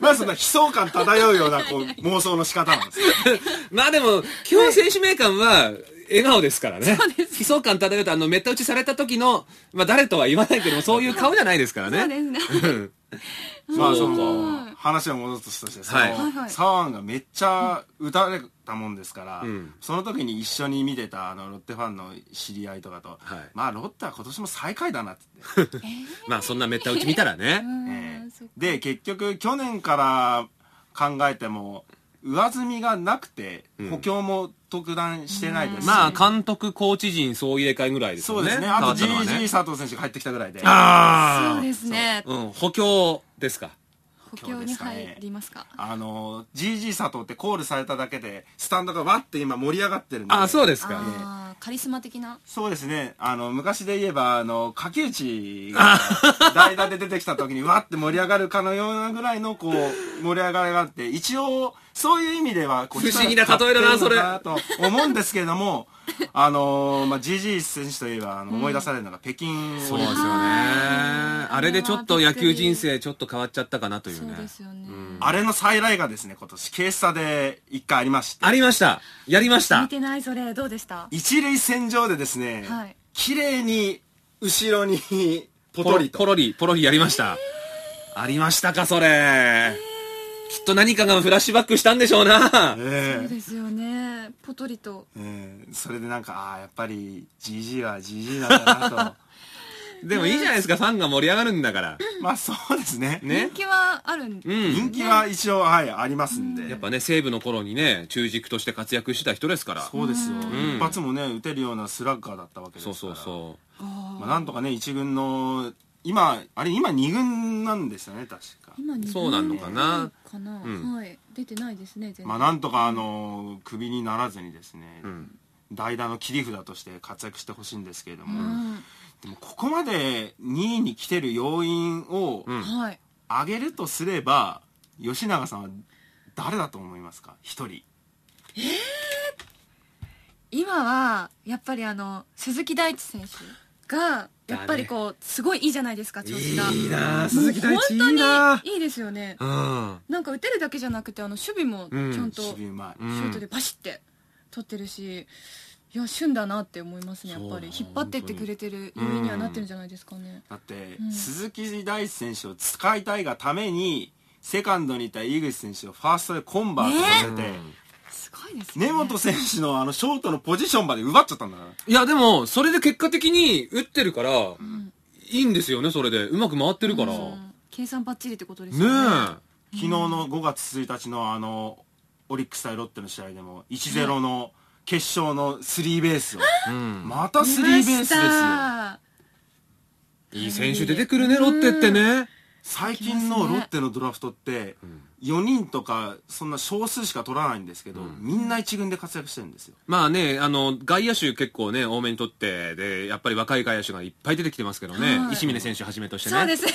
Speaker 1: まあその悲壮感漂うようなこう妄想の仕方なんですよ
Speaker 2: まあでも、基本選手名鑑は笑顔ですからね。
Speaker 3: そうです
Speaker 2: 悲壮感漂うと、あの、めった打ちされた時の、まあ誰とは言わないけども、そういう顔じゃないですからね。
Speaker 3: そうですね。
Speaker 2: うん
Speaker 1: まあそ
Speaker 2: そう
Speaker 1: の
Speaker 2: か
Speaker 1: 話を戻すとして、そ
Speaker 2: はい
Speaker 3: はいは
Speaker 1: の、
Speaker 3: い
Speaker 1: サワンがめっちゃ打たれたもんですから
Speaker 2: ん、
Speaker 1: その時に一緒に見てた、あの、ロッテファンの知り合いとかと
Speaker 2: はい、
Speaker 1: まあ、ロッテは今年も最下位だなって言って。
Speaker 2: まあそんなめった打ち見たらね
Speaker 3: うん
Speaker 1: ええ
Speaker 3: そっか
Speaker 1: で結局去年から考えても上積みがなくて補強も特段してないですし、
Speaker 2: まあ監督コーチ陣総入れ替えぐらいです
Speaker 1: そ
Speaker 2: よ
Speaker 1: う
Speaker 2: ね
Speaker 1: ですねあと
Speaker 2: 変わったのは
Speaker 1: GG
Speaker 2: ね
Speaker 1: 佐藤選手が入ってきたぐらいであ
Speaker 2: ああ
Speaker 3: そうですね
Speaker 2: うん補強ですか
Speaker 3: 補強に入りますか
Speaker 1: の GG 佐藤ってコールされただけでスタンドがわって今盛り上がってるんで
Speaker 2: あそうですか
Speaker 3: あーカリスマ的な
Speaker 1: そうですねあの昔で言えばあの竹内が代打で出てきた時にわって盛り上がるかのようなぐらいのこう盛り上がりがあって一応そういう意味ではこう
Speaker 2: 不思議な例えだなそ
Speaker 1: 人が勝っ
Speaker 2: れ
Speaker 1: てるのかなと思うんですけれども (laughs) あのーまあ GG 選手といえばあの思い出されるのが北京オ
Speaker 2: そう
Speaker 1: リ
Speaker 2: で
Speaker 1: ンピ
Speaker 2: すよ
Speaker 1: ッ
Speaker 2: ね
Speaker 1: ク
Speaker 3: あー
Speaker 2: あれでちょっと野球人生ちょっと変わっちゃったかなという
Speaker 3: そう
Speaker 2: ね
Speaker 3: ですよね
Speaker 1: あれの再来がですね今年ケースタで一回ありまして
Speaker 2: ありましたやりました
Speaker 3: 見てないそれどうでした
Speaker 1: 一塁線上でですね、
Speaker 3: はい
Speaker 1: 綺麗に後ろにポ
Speaker 2: ポ
Speaker 1: ト
Speaker 2: ロ
Speaker 1: リ
Speaker 2: ポ
Speaker 1: と
Speaker 2: ロリポロリやりました、ありましたかそれきっと何かがフラッシュバックしたんでしょうな
Speaker 1: え
Speaker 3: そ
Speaker 1: え
Speaker 3: うですよねポトリと
Speaker 1: うんそれでなんかああやっぱり GG は GG なんだ
Speaker 2: (laughs)
Speaker 1: な
Speaker 2: でもいいじゃないですかファンが盛り上がるんだから
Speaker 1: とまあそうですね
Speaker 2: ね
Speaker 3: 人気はあるん
Speaker 2: う
Speaker 3: で
Speaker 1: 人
Speaker 2: ん
Speaker 1: 気は一応はいありますんで
Speaker 2: やっぱね西武の頃にね中軸として活躍してた人ですから
Speaker 1: そうですよ、
Speaker 2: ん
Speaker 1: 一発もね打てるようなスラッガーだったわけですか
Speaker 2: そう
Speaker 1: ら
Speaker 2: そうそ
Speaker 1: まあ、なんとかね一軍の今あれ今二軍なんですよね確か
Speaker 3: 今二軍
Speaker 2: そうなのかな
Speaker 3: かな
Speaker 2: うん
Speaker 3: はい出てないですね全然
Speaker 1: まあなんとかあのクビにならずにですね、
Speaker 2: ううん
Speaker 1: 代打の切り札として活躍してほしいんですけれど
Speaker 3: う
Speaker 1: も、
Speaker 3: ん
Speaker 1: でもここまで2位に来てる要因を
Speaker 2: うん
Speaker 3: はい
Speaker 1: 上げるとすれば吉永さんは誰だと思いますか一人
Speaker 3: 今はやっぱりあの鈴木大地選手がやっぱりこうすごいいいじゃないですか調子が
Speaker 2: いいなあ
Speaker 3: もう
Speaker 2: 鈴木大地いいな
Speaker 3: 本
Speaker 2: あ
Speaker 3: 当にいいですよね
Speaker 2: うん
Speaker 3: なんか打てるだけじゃなくてあの守備も
Speaker 2: うん
Speaker 3: ちゃんと
Speaker 1: 守備
Speaker 3: シュ
Speaker 1: うまい、
Speaker 2: ん
Speaker 3: ートでバシッて取ってるしいや旬だなって思いますねやっぱり
Speaker 2: そう
Speaker 3: 引っ張ってってくれてる要因にはなってるんじゃないですかね
Speaker 1: だって、
Speaker 3: うん
Speaker 1: 鈴木大地選手を使いたいがためにセカンドにいた井口選手をファーストでコンバートさせて、
Speaker 3: すごいですね
Speaker 1: 根本選手のあのショートのポジションまで奪っちゃったんだから
Speaker 2: いやでもそれで結果的に打ってるから
Speaker 3: ん
Speaker 2: いいんですよねそれでうまく回ってるから
Speaker 3: う
Speaker 2: ね
Speaker 3: ん計算ばっちりってことですよね
Speaker 2: え
Speaker 1: 昨日の5月1日のあのオリックス対ロッテの試合でも1-0の決勝のスリーベースを、
Speaker 2: うん
Speaker 1: またスリーベースですよ
Speaker 3: 見ました
Speaker 2: いい選手出てくるねロッテってね
Speaker 1: 最近のロッテのドラフトって4人とかそんな少数しか取らないんですけど、みんな1軍で活躍してるんですよ
Speaker 2: まあね、あの、外野手結構ね、多めにとって、で、やっぱり若い外野手がいっぱい出てきてますけどね、
Speaker 3: はい
Speaker 2: 石峰選手はじめとしてね。
Speaker 3: そうです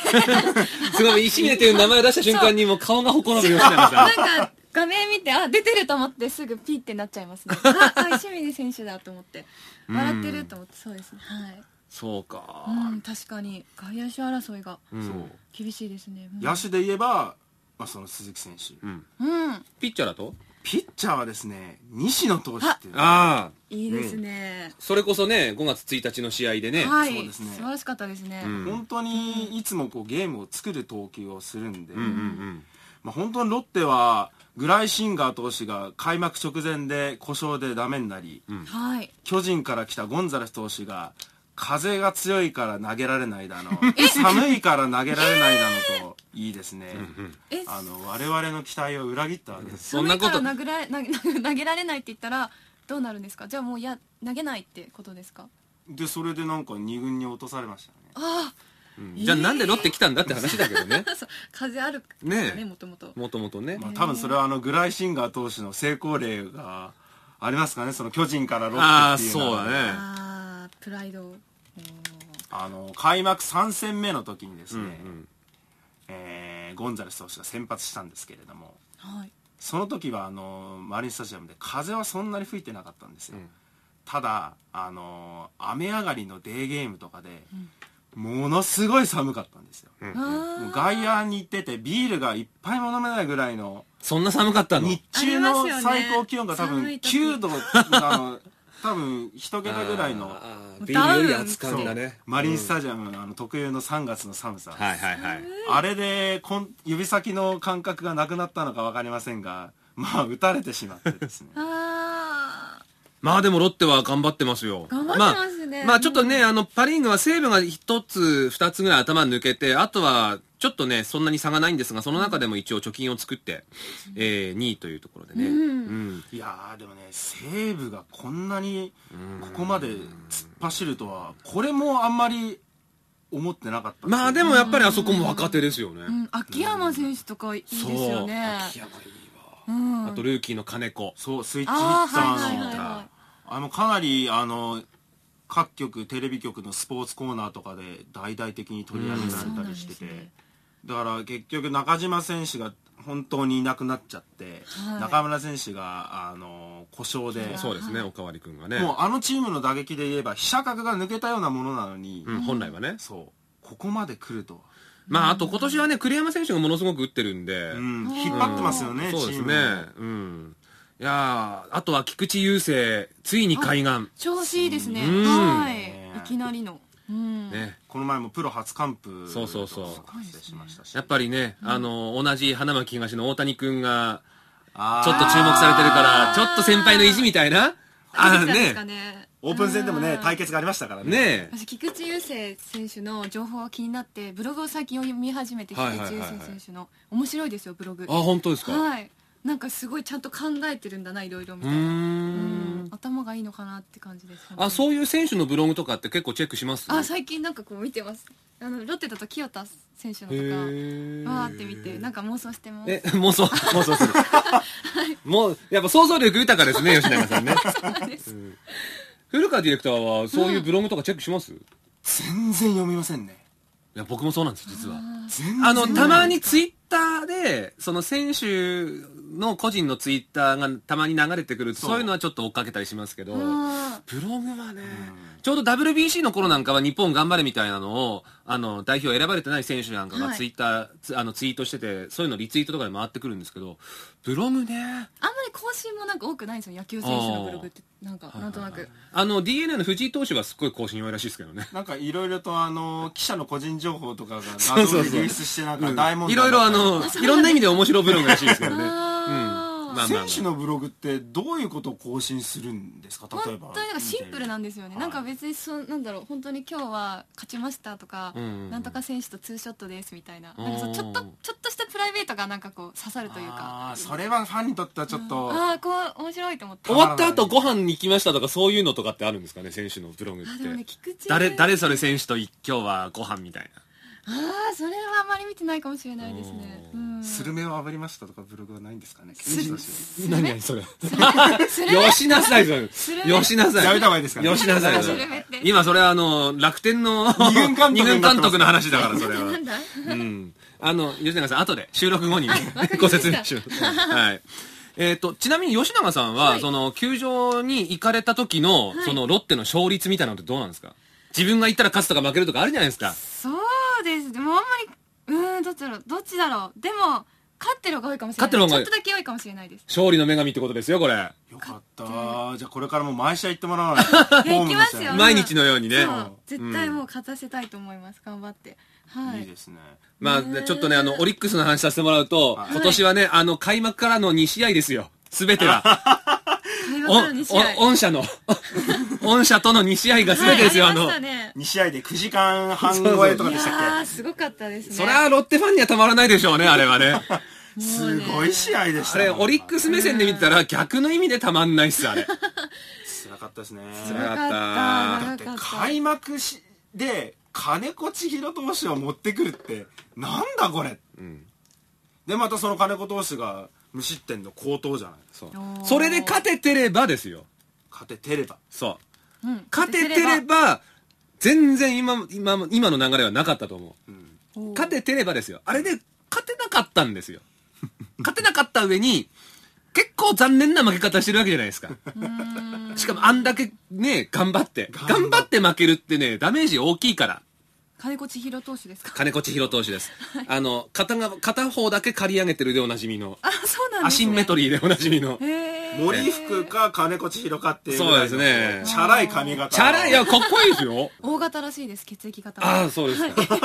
Speaker 2: すごい、石峰という名前を出した瞬間にもう顔がほころぶ吉永さ
Speaker 3: なんん。か画面見てあ出てると思ってすぐピッてなっちゃいますねあ
Speaker 1: (laughs)
Speaker 3: あ清水選手だと思って笑ってると思ってそうですねはい
Speaker 2: そうか。
Speaker 3: うん確かに外野手争いが
Speaker 2: うん
Speaker 1: そう
Speaker 3: 厳しいですねうん
Speaker 1: 野手で言えば、まあ、その鈴木選手、
Speaker 2: うん。
Speaker 3: うん
Speaker 2: ピッチャーだと
Speaker 1: ピッチャーはですね西野投手っていうのが
Speaker 2: ああ。
Speaker 3: いいですね
Speaker 2: それこそね、5月1日の試合でね。
Speaker 3: は
Speaker 1: そう
Speaker 3: い
Speaker 1: です
Speaker 3: 素
Speaker 1: ね
Speaker 3: 晴らしかったですね
Speaker 2: うん
Speaker 1: 本当にいつもこうゲームを作る投球をするんで、
Speaker 2: うんうん
Speaker 1: まあ、本当にロッテはグライシンガー投手が開幕直前で故障でダメになり、
Speaker 3: はい
Speaker 1: 巨人から来たゴンザレス投手が風が強いから投げられないだの寒いから投げられないだのといいですね
Speaker 3: え
Speaker 1: あの我々の期待を裏切ったわけです
Speaker 2: そんなこと
Speaker 3: 寒いから殴られ投げ投げられないって (laughs) 言ったらどうなるんですかじゃあもういや投げないってことですか
Speaker 1: でそれでなんか2軍に落とされましたね
Speaker 3: あ
Speaker 2: うん。うんじゃあなんでロッテ来たんだって話だけどね。
Speaker 3: あそう風あるから
Speaker 2: ねえ
Speaker 3: ねもともと
Speaker 2: もともとね。
Speaker 1: まあ、多分それはあのグライシンガー投手の成功例がありますかねその巨人からロッ
Speaker 2: ああ、
Speaker 1: テっていうの
Speaker 2: そう
Speaker 1: は
Speaker 2: だね。
Speaker 3: ああプライドを
Speaker 1: あの開幕3戦目の時にです
Speaker 2: う
Speaker 1: ね、
Speaker 2: んうん。
Speaker 1: えーゴンザレス投手が先発したんですけれども
Speaker 3: はい
Speaker 1: その時はあのマリンスタジアムで風はそんなに吹いてなかったんですよ、
Speaker 2: うん
Speaker 1: ただあの雨上がりのデーゲームとかで、ものすごい寒かったんですよ、もう
Speaker 3: あ
Speaker 1: 外野に行っててビールがいっぱいも飲めないぐらいの
Speaker 2: そんな寒かったの
Speaker 1: 日中の
Speaker 3: ありますよね
Speaker 1: 最高気温が多分
Speaker 3: 寒い時
Speaker 1: 9度あの多分一桁ぐらいの
Speaker 2: あービールより熱感が
Speaker 1: そ
Speaker 2: ね
Speaker 1: うマリンスタジアムのあの特有の3月の寒さ、
Speaker 2: はいはいはい
Speaker 1: あれでこん指先の感覚がなくなったのか分かりませんがまあ打たれてしまってですね
Speaker 3: ああ
Speaker 2: まあでもロッテは頑張ってますよ。
Speaker 3: 頑張ってますね
Speaker 2: まあ、まあちょっとね、あの、パリーグは西武が一つ、二つぐらい頭抜けて、あとは、ちょっとね、そんなに差がないんですが、その中でも一応貯金を作って、えー、2位というところでね。うん。
Speaker 1: いやーでもね西武がこんなにここまで突っ走るとはこれもあんまり思ってなかった
Speaker 2: まあで
Speaker 1: も
Speaker 2: もやっぱりあそこも若手ですよね。
Speaker 3: うん秋山選手とかいいです
Speaker 2: そう。
Speaker 3: よね
Speaker 2: 秋山いいわ。
Speaker 3: うん
Speaker 2: あと、ルーキーの金子。
Speaker 1: そうスイッチヒ
Speaker 3: あ
Speaker 1: ッ
Speaker 3: ー
Speaker 1: ターの、
Speaker 3: はいはいはいはい
Speaker 1: あのかなりあの各局テレビ局のスポーツコーナーとかで大々的に取り上げられたりしてて、
Speaker 3: うんそうなんですね
Speaker 1: だから結局中島選手が本当にいなくなっちゃって、
Speaker 3: はい
Speaker 1: 中村選手があの故障で
Speaker 2: そうですね、おかわりくんがね。
Speaker 1: もうあのチームの打撃で言えば飛車角が抜けたようなものなのに、
Speaker 2: うん、本来はね。
Speaker 1: そうここまで来るとは、
Speaker 2: まああと今年はね、栗山選手がものすごく打ってるんで。
Speaker 1: うん、引っ張ってますよね、チ
Speaker 2: そうです
Speaker 1: ーム
Speaker 2: ね。うん。いやーあとは菊池雄星、ついに海岸。
Speaker 3: 調子いいですね
Speaker 2: うん
Speaker 3: はいいきなりのうん
Speaker 2: ね。
Speaker 1: この前もプロ初完封
Speaker 2: そうそうそう
Speaker 1: とか達成しましたし
Speaker 2: やっぱりね、あの、同じ花巻東の大谷くんが、
Speaker 1: あー
Speaker 2: ちょっと注目されてるから、
Speaker 3: あー
Speaker 2: ちょっと先輩の意地みたいな。
Speaker 3: 出てきたんですか
Speaker 2: ね。
Speaker 3: ね
Speaker 1: オープン戦でもね
Speaker 3: うん
Speaker 1: 対決がありましたからね
Speaker 2: ね
Speaker 3: 私菊池雄星選手の情報が気になってブログを最近読み始めて
Speaker 2: は
Speaker 3: 菊
Speaker 2: いはいはいはい
Speaker 3: 池雄星選手の面白いですよブログ
Speaker 2: あ、本当ですか。う
Speaker 3: はいなんかすごいちゃんと考えてるんだないろいろみた
Speaker 2: ー。
Speaker 3: いなん頭がいいのかなって感じです
Speaker 2: あ、
Speaker 3: う
Speaker 2: そういう選手のブログとかって結構チェックします
Speaker 3: あ最近なんかこう見てますあのロッテだと清田選手のとか
Speaker 2: ー
Speaker 3: わーって見てなんか妄想してます
Speaker 2: え、妄想、妄想する。もう、やっぱ想像力豊かですね、吉永さんね。
Speaker 3: (laughs) そうなんです
Speaker 2: 古川ディレクターは、そういうブログとかチェックします、い
Speaker 1: 全然読みませんね
Speaker 2: や、僕もそうなんです、実は。
Speaker 1: 全然
Speaker 2: あの、たまにツイッターで、その選手の個人のツイッターがたまに流れてくると、
Speaker 1: そう
Speaker 2: そういうのはちょっと追っかけたりしますけど、ブロ
Speaker 3: あ
Speaker 2: グはね、ちょうど WBC の頃なんかは日本頑張れみたいなのを、あの、代表選ばれてない選手なんかが
Speaker 3: はい
Speaker 2: ツイッター、つあの、ツイートしてて、そういうのリツイートとかで回ってくるんですけど、ブログね、
Speaker 3: あんまり更新もなんか多くないんですよ野球選手のブログってなんかなんとなく
Speaker 2: あの、DNA の藤井投手はすっごい更新多いらしいですけどね。
Speaker 1: なんかいろいろとあの記者の個人情報とかが
Speaker 2: う
Speaker 1: 画
Speaker 2: そうそう
Speaker 1: 像で流出してなん
Speaker 2: う
Speaker 1: か
Speaker 2: ん
Speaker 1: 大問題
Speaker 2: いろいろ
Speaker 1: (laughs)
Speaker 2: あの、いろんな意味で面白ブログらしいですけどね。
Speaker 3: あー
Speaker 2: まあ
Speaker 1: 選手のブログってどういうことを更新するんですか例え
Speaker 3: 本
Speaker 1: ば
Speaker 3: 当になんかシンプルなんですよ
Speaker 1: は
Speaker 3: ね、
Speaker 1: い
Speaker 3: なんか別にそなんだろう本当に今日は勝ちましたとか、
Speaker 2: うんうんうん
Speaker 3: なんとか選手とツーショットですみたいな
Speaker 2: おー
Speaker 3: なんかそうちょっとちょっとしたプライベートがなんかこう刺さるというか
Speaker 1: あーそれはファンにとってはちょっと
Speaker 3: ああこう面白いと思って
Speaker 2: 終わった後ご飯に行きましたとかそういうのとかってあるんですかね選手のブログって
Speaker 3: あでもね菊池
Speaker 2: 誰誰それ選手と今日はご飯みたい
Speaker 3: ああそれはあまり見てないかもしれないですね
Speaker 2: おー
Speaker 3: うん
Speaker 1: スルメを炙りましたとかブログはないんですかね
Speaker 3: スル
Speaker 2: な何何それ
Speaker 3: (laughs) スルメ
Speaker 2: よしなさいそれよ
Speaker 3: スルメ
Speaker 2: しなさい
Speaker 1: やめた方がいいですかね
Speaker 2: よしなさいそ
Speaker 3: ス
Speaker 2: れ
Speaker 3: ルメって
Speaker 2: 今それはあの楽天の
Speaker 1: (laughs) 二軍監督になってます
Speaker 2: 二軍監督の話だからそ (laughs) れは
Speaker 3: なんだ
Speaker 2: うんあの吉永さん後で収録 (laughs) 後に
Speaker 3: わかりました
Speaker 2: ご説明しますはいえー、とちなみに吉永さんは、
Speaker 3: はい
Speaker 2: その球場に行かれた時の、そのロッテの勝率みたいなのってどうなんですか自分が行ったら勝つとか負けるとかあるじゃないですか
Speaker 3: そうですでもあんまりうーんどっちだろうどっちだろうでも勝ってる方が多いかもしれない
Speaker 2: 勝ってる方が多い
Speaker 3: ちょっとだけ多いかもしれないです
Speaker 2: 勝利の女神ってことですよこれ
Speaker 1: よかったじゃあこれからも毎試合行ってもらわないとホームの試合
Speaker 3: いや行きますよ
Speaker 2: 毎日のようにね
Speaker 3: そう絶対もう勝たせたいと思います頑張ってはい
Speaker 1: い
Speaker 3: い
Speaker 1: ですね
Speaker 2: まあ
Speaker 3: ねえ
Speaker 2: ちょっとねあのオリックスの話させてもらうと、
Speaker 1: はい
Speaker 2: 今年はねあの開幕からの2試合ですよ全ては
Speaker 3: 開幕
Speaker 2: お
Speaker 3: から2試合
Speaker 2: お御
Speaker 3: (laughs)
Speaker 2: 社の御社との2試合が全てですよ、
Speaker 3: はい
Speaker 2: あ
Speaker 3: りま
Speaker 2: の
Speaker 3: したね
Speaker 1: 2試合で9時間半超えと
Speaker 3: い
Speaker 1: かで
Speaker 3: や
Speaker 1: したっ
Speaker 3: ーすごかったですね
Speaker 2: そりゃロッテファンにはたまらないでしょうねあれはね
Speaker 1: けすごい試合でし
Speaker 2: あ
Speaker 1: たね
Speaker 2: れオリックス目線で見てたら逆の意味でたまんないっすあれ
Speaker 1: つらかったですね
Speaker 3: すごかった
Speaker 1: だ
Speaker 2: な
Speaker 1: っ
Speaker 3: 長
Speaker 1: て
Speaker 3: かった
Speaker 1: 開幕しで金子千尋投手を持ってくるってなんだこれ、でまたその金子投手が無失点の好投じゃない
Speaker 2: そう
Speaker 3: ー
Speaker 2: それで勝ててればですよ
Speaker 1: 勝ててれば
Speaker 2: そう
Speaker 3: うん
Speaker 2: 勝ててれば全然今今今の流れはなかったと思う勝ててればですよ。あれで勝てなかったんですよ。 (laughs) 勝てなかった上に、結構残念な負け方してるわけじゃないですか。しかもあんだけね、頑張って。頑張って負けるってね、ダメージ大きいから。
Speaker 3: 金子千尋投手ですか
Speaker 2: 金子千尋投手です。あの、片が、片方だけ刈り上げてるでおなじみの。
Speaker 3: あそうなんですね
Speaker 2: アシンメトリーでおなじみの。
Speaker 3: へ
Speaker 1: 森福か金子千尋かっていうぐらいの
Speaker 2: そうですね
Speaker 1: チャラい髪型
Speaker 2: チャラい、いや、かっこいいですよ。
Speaker 3: 大型らしいです血液型は
Speaker 2: ああ、そうですか。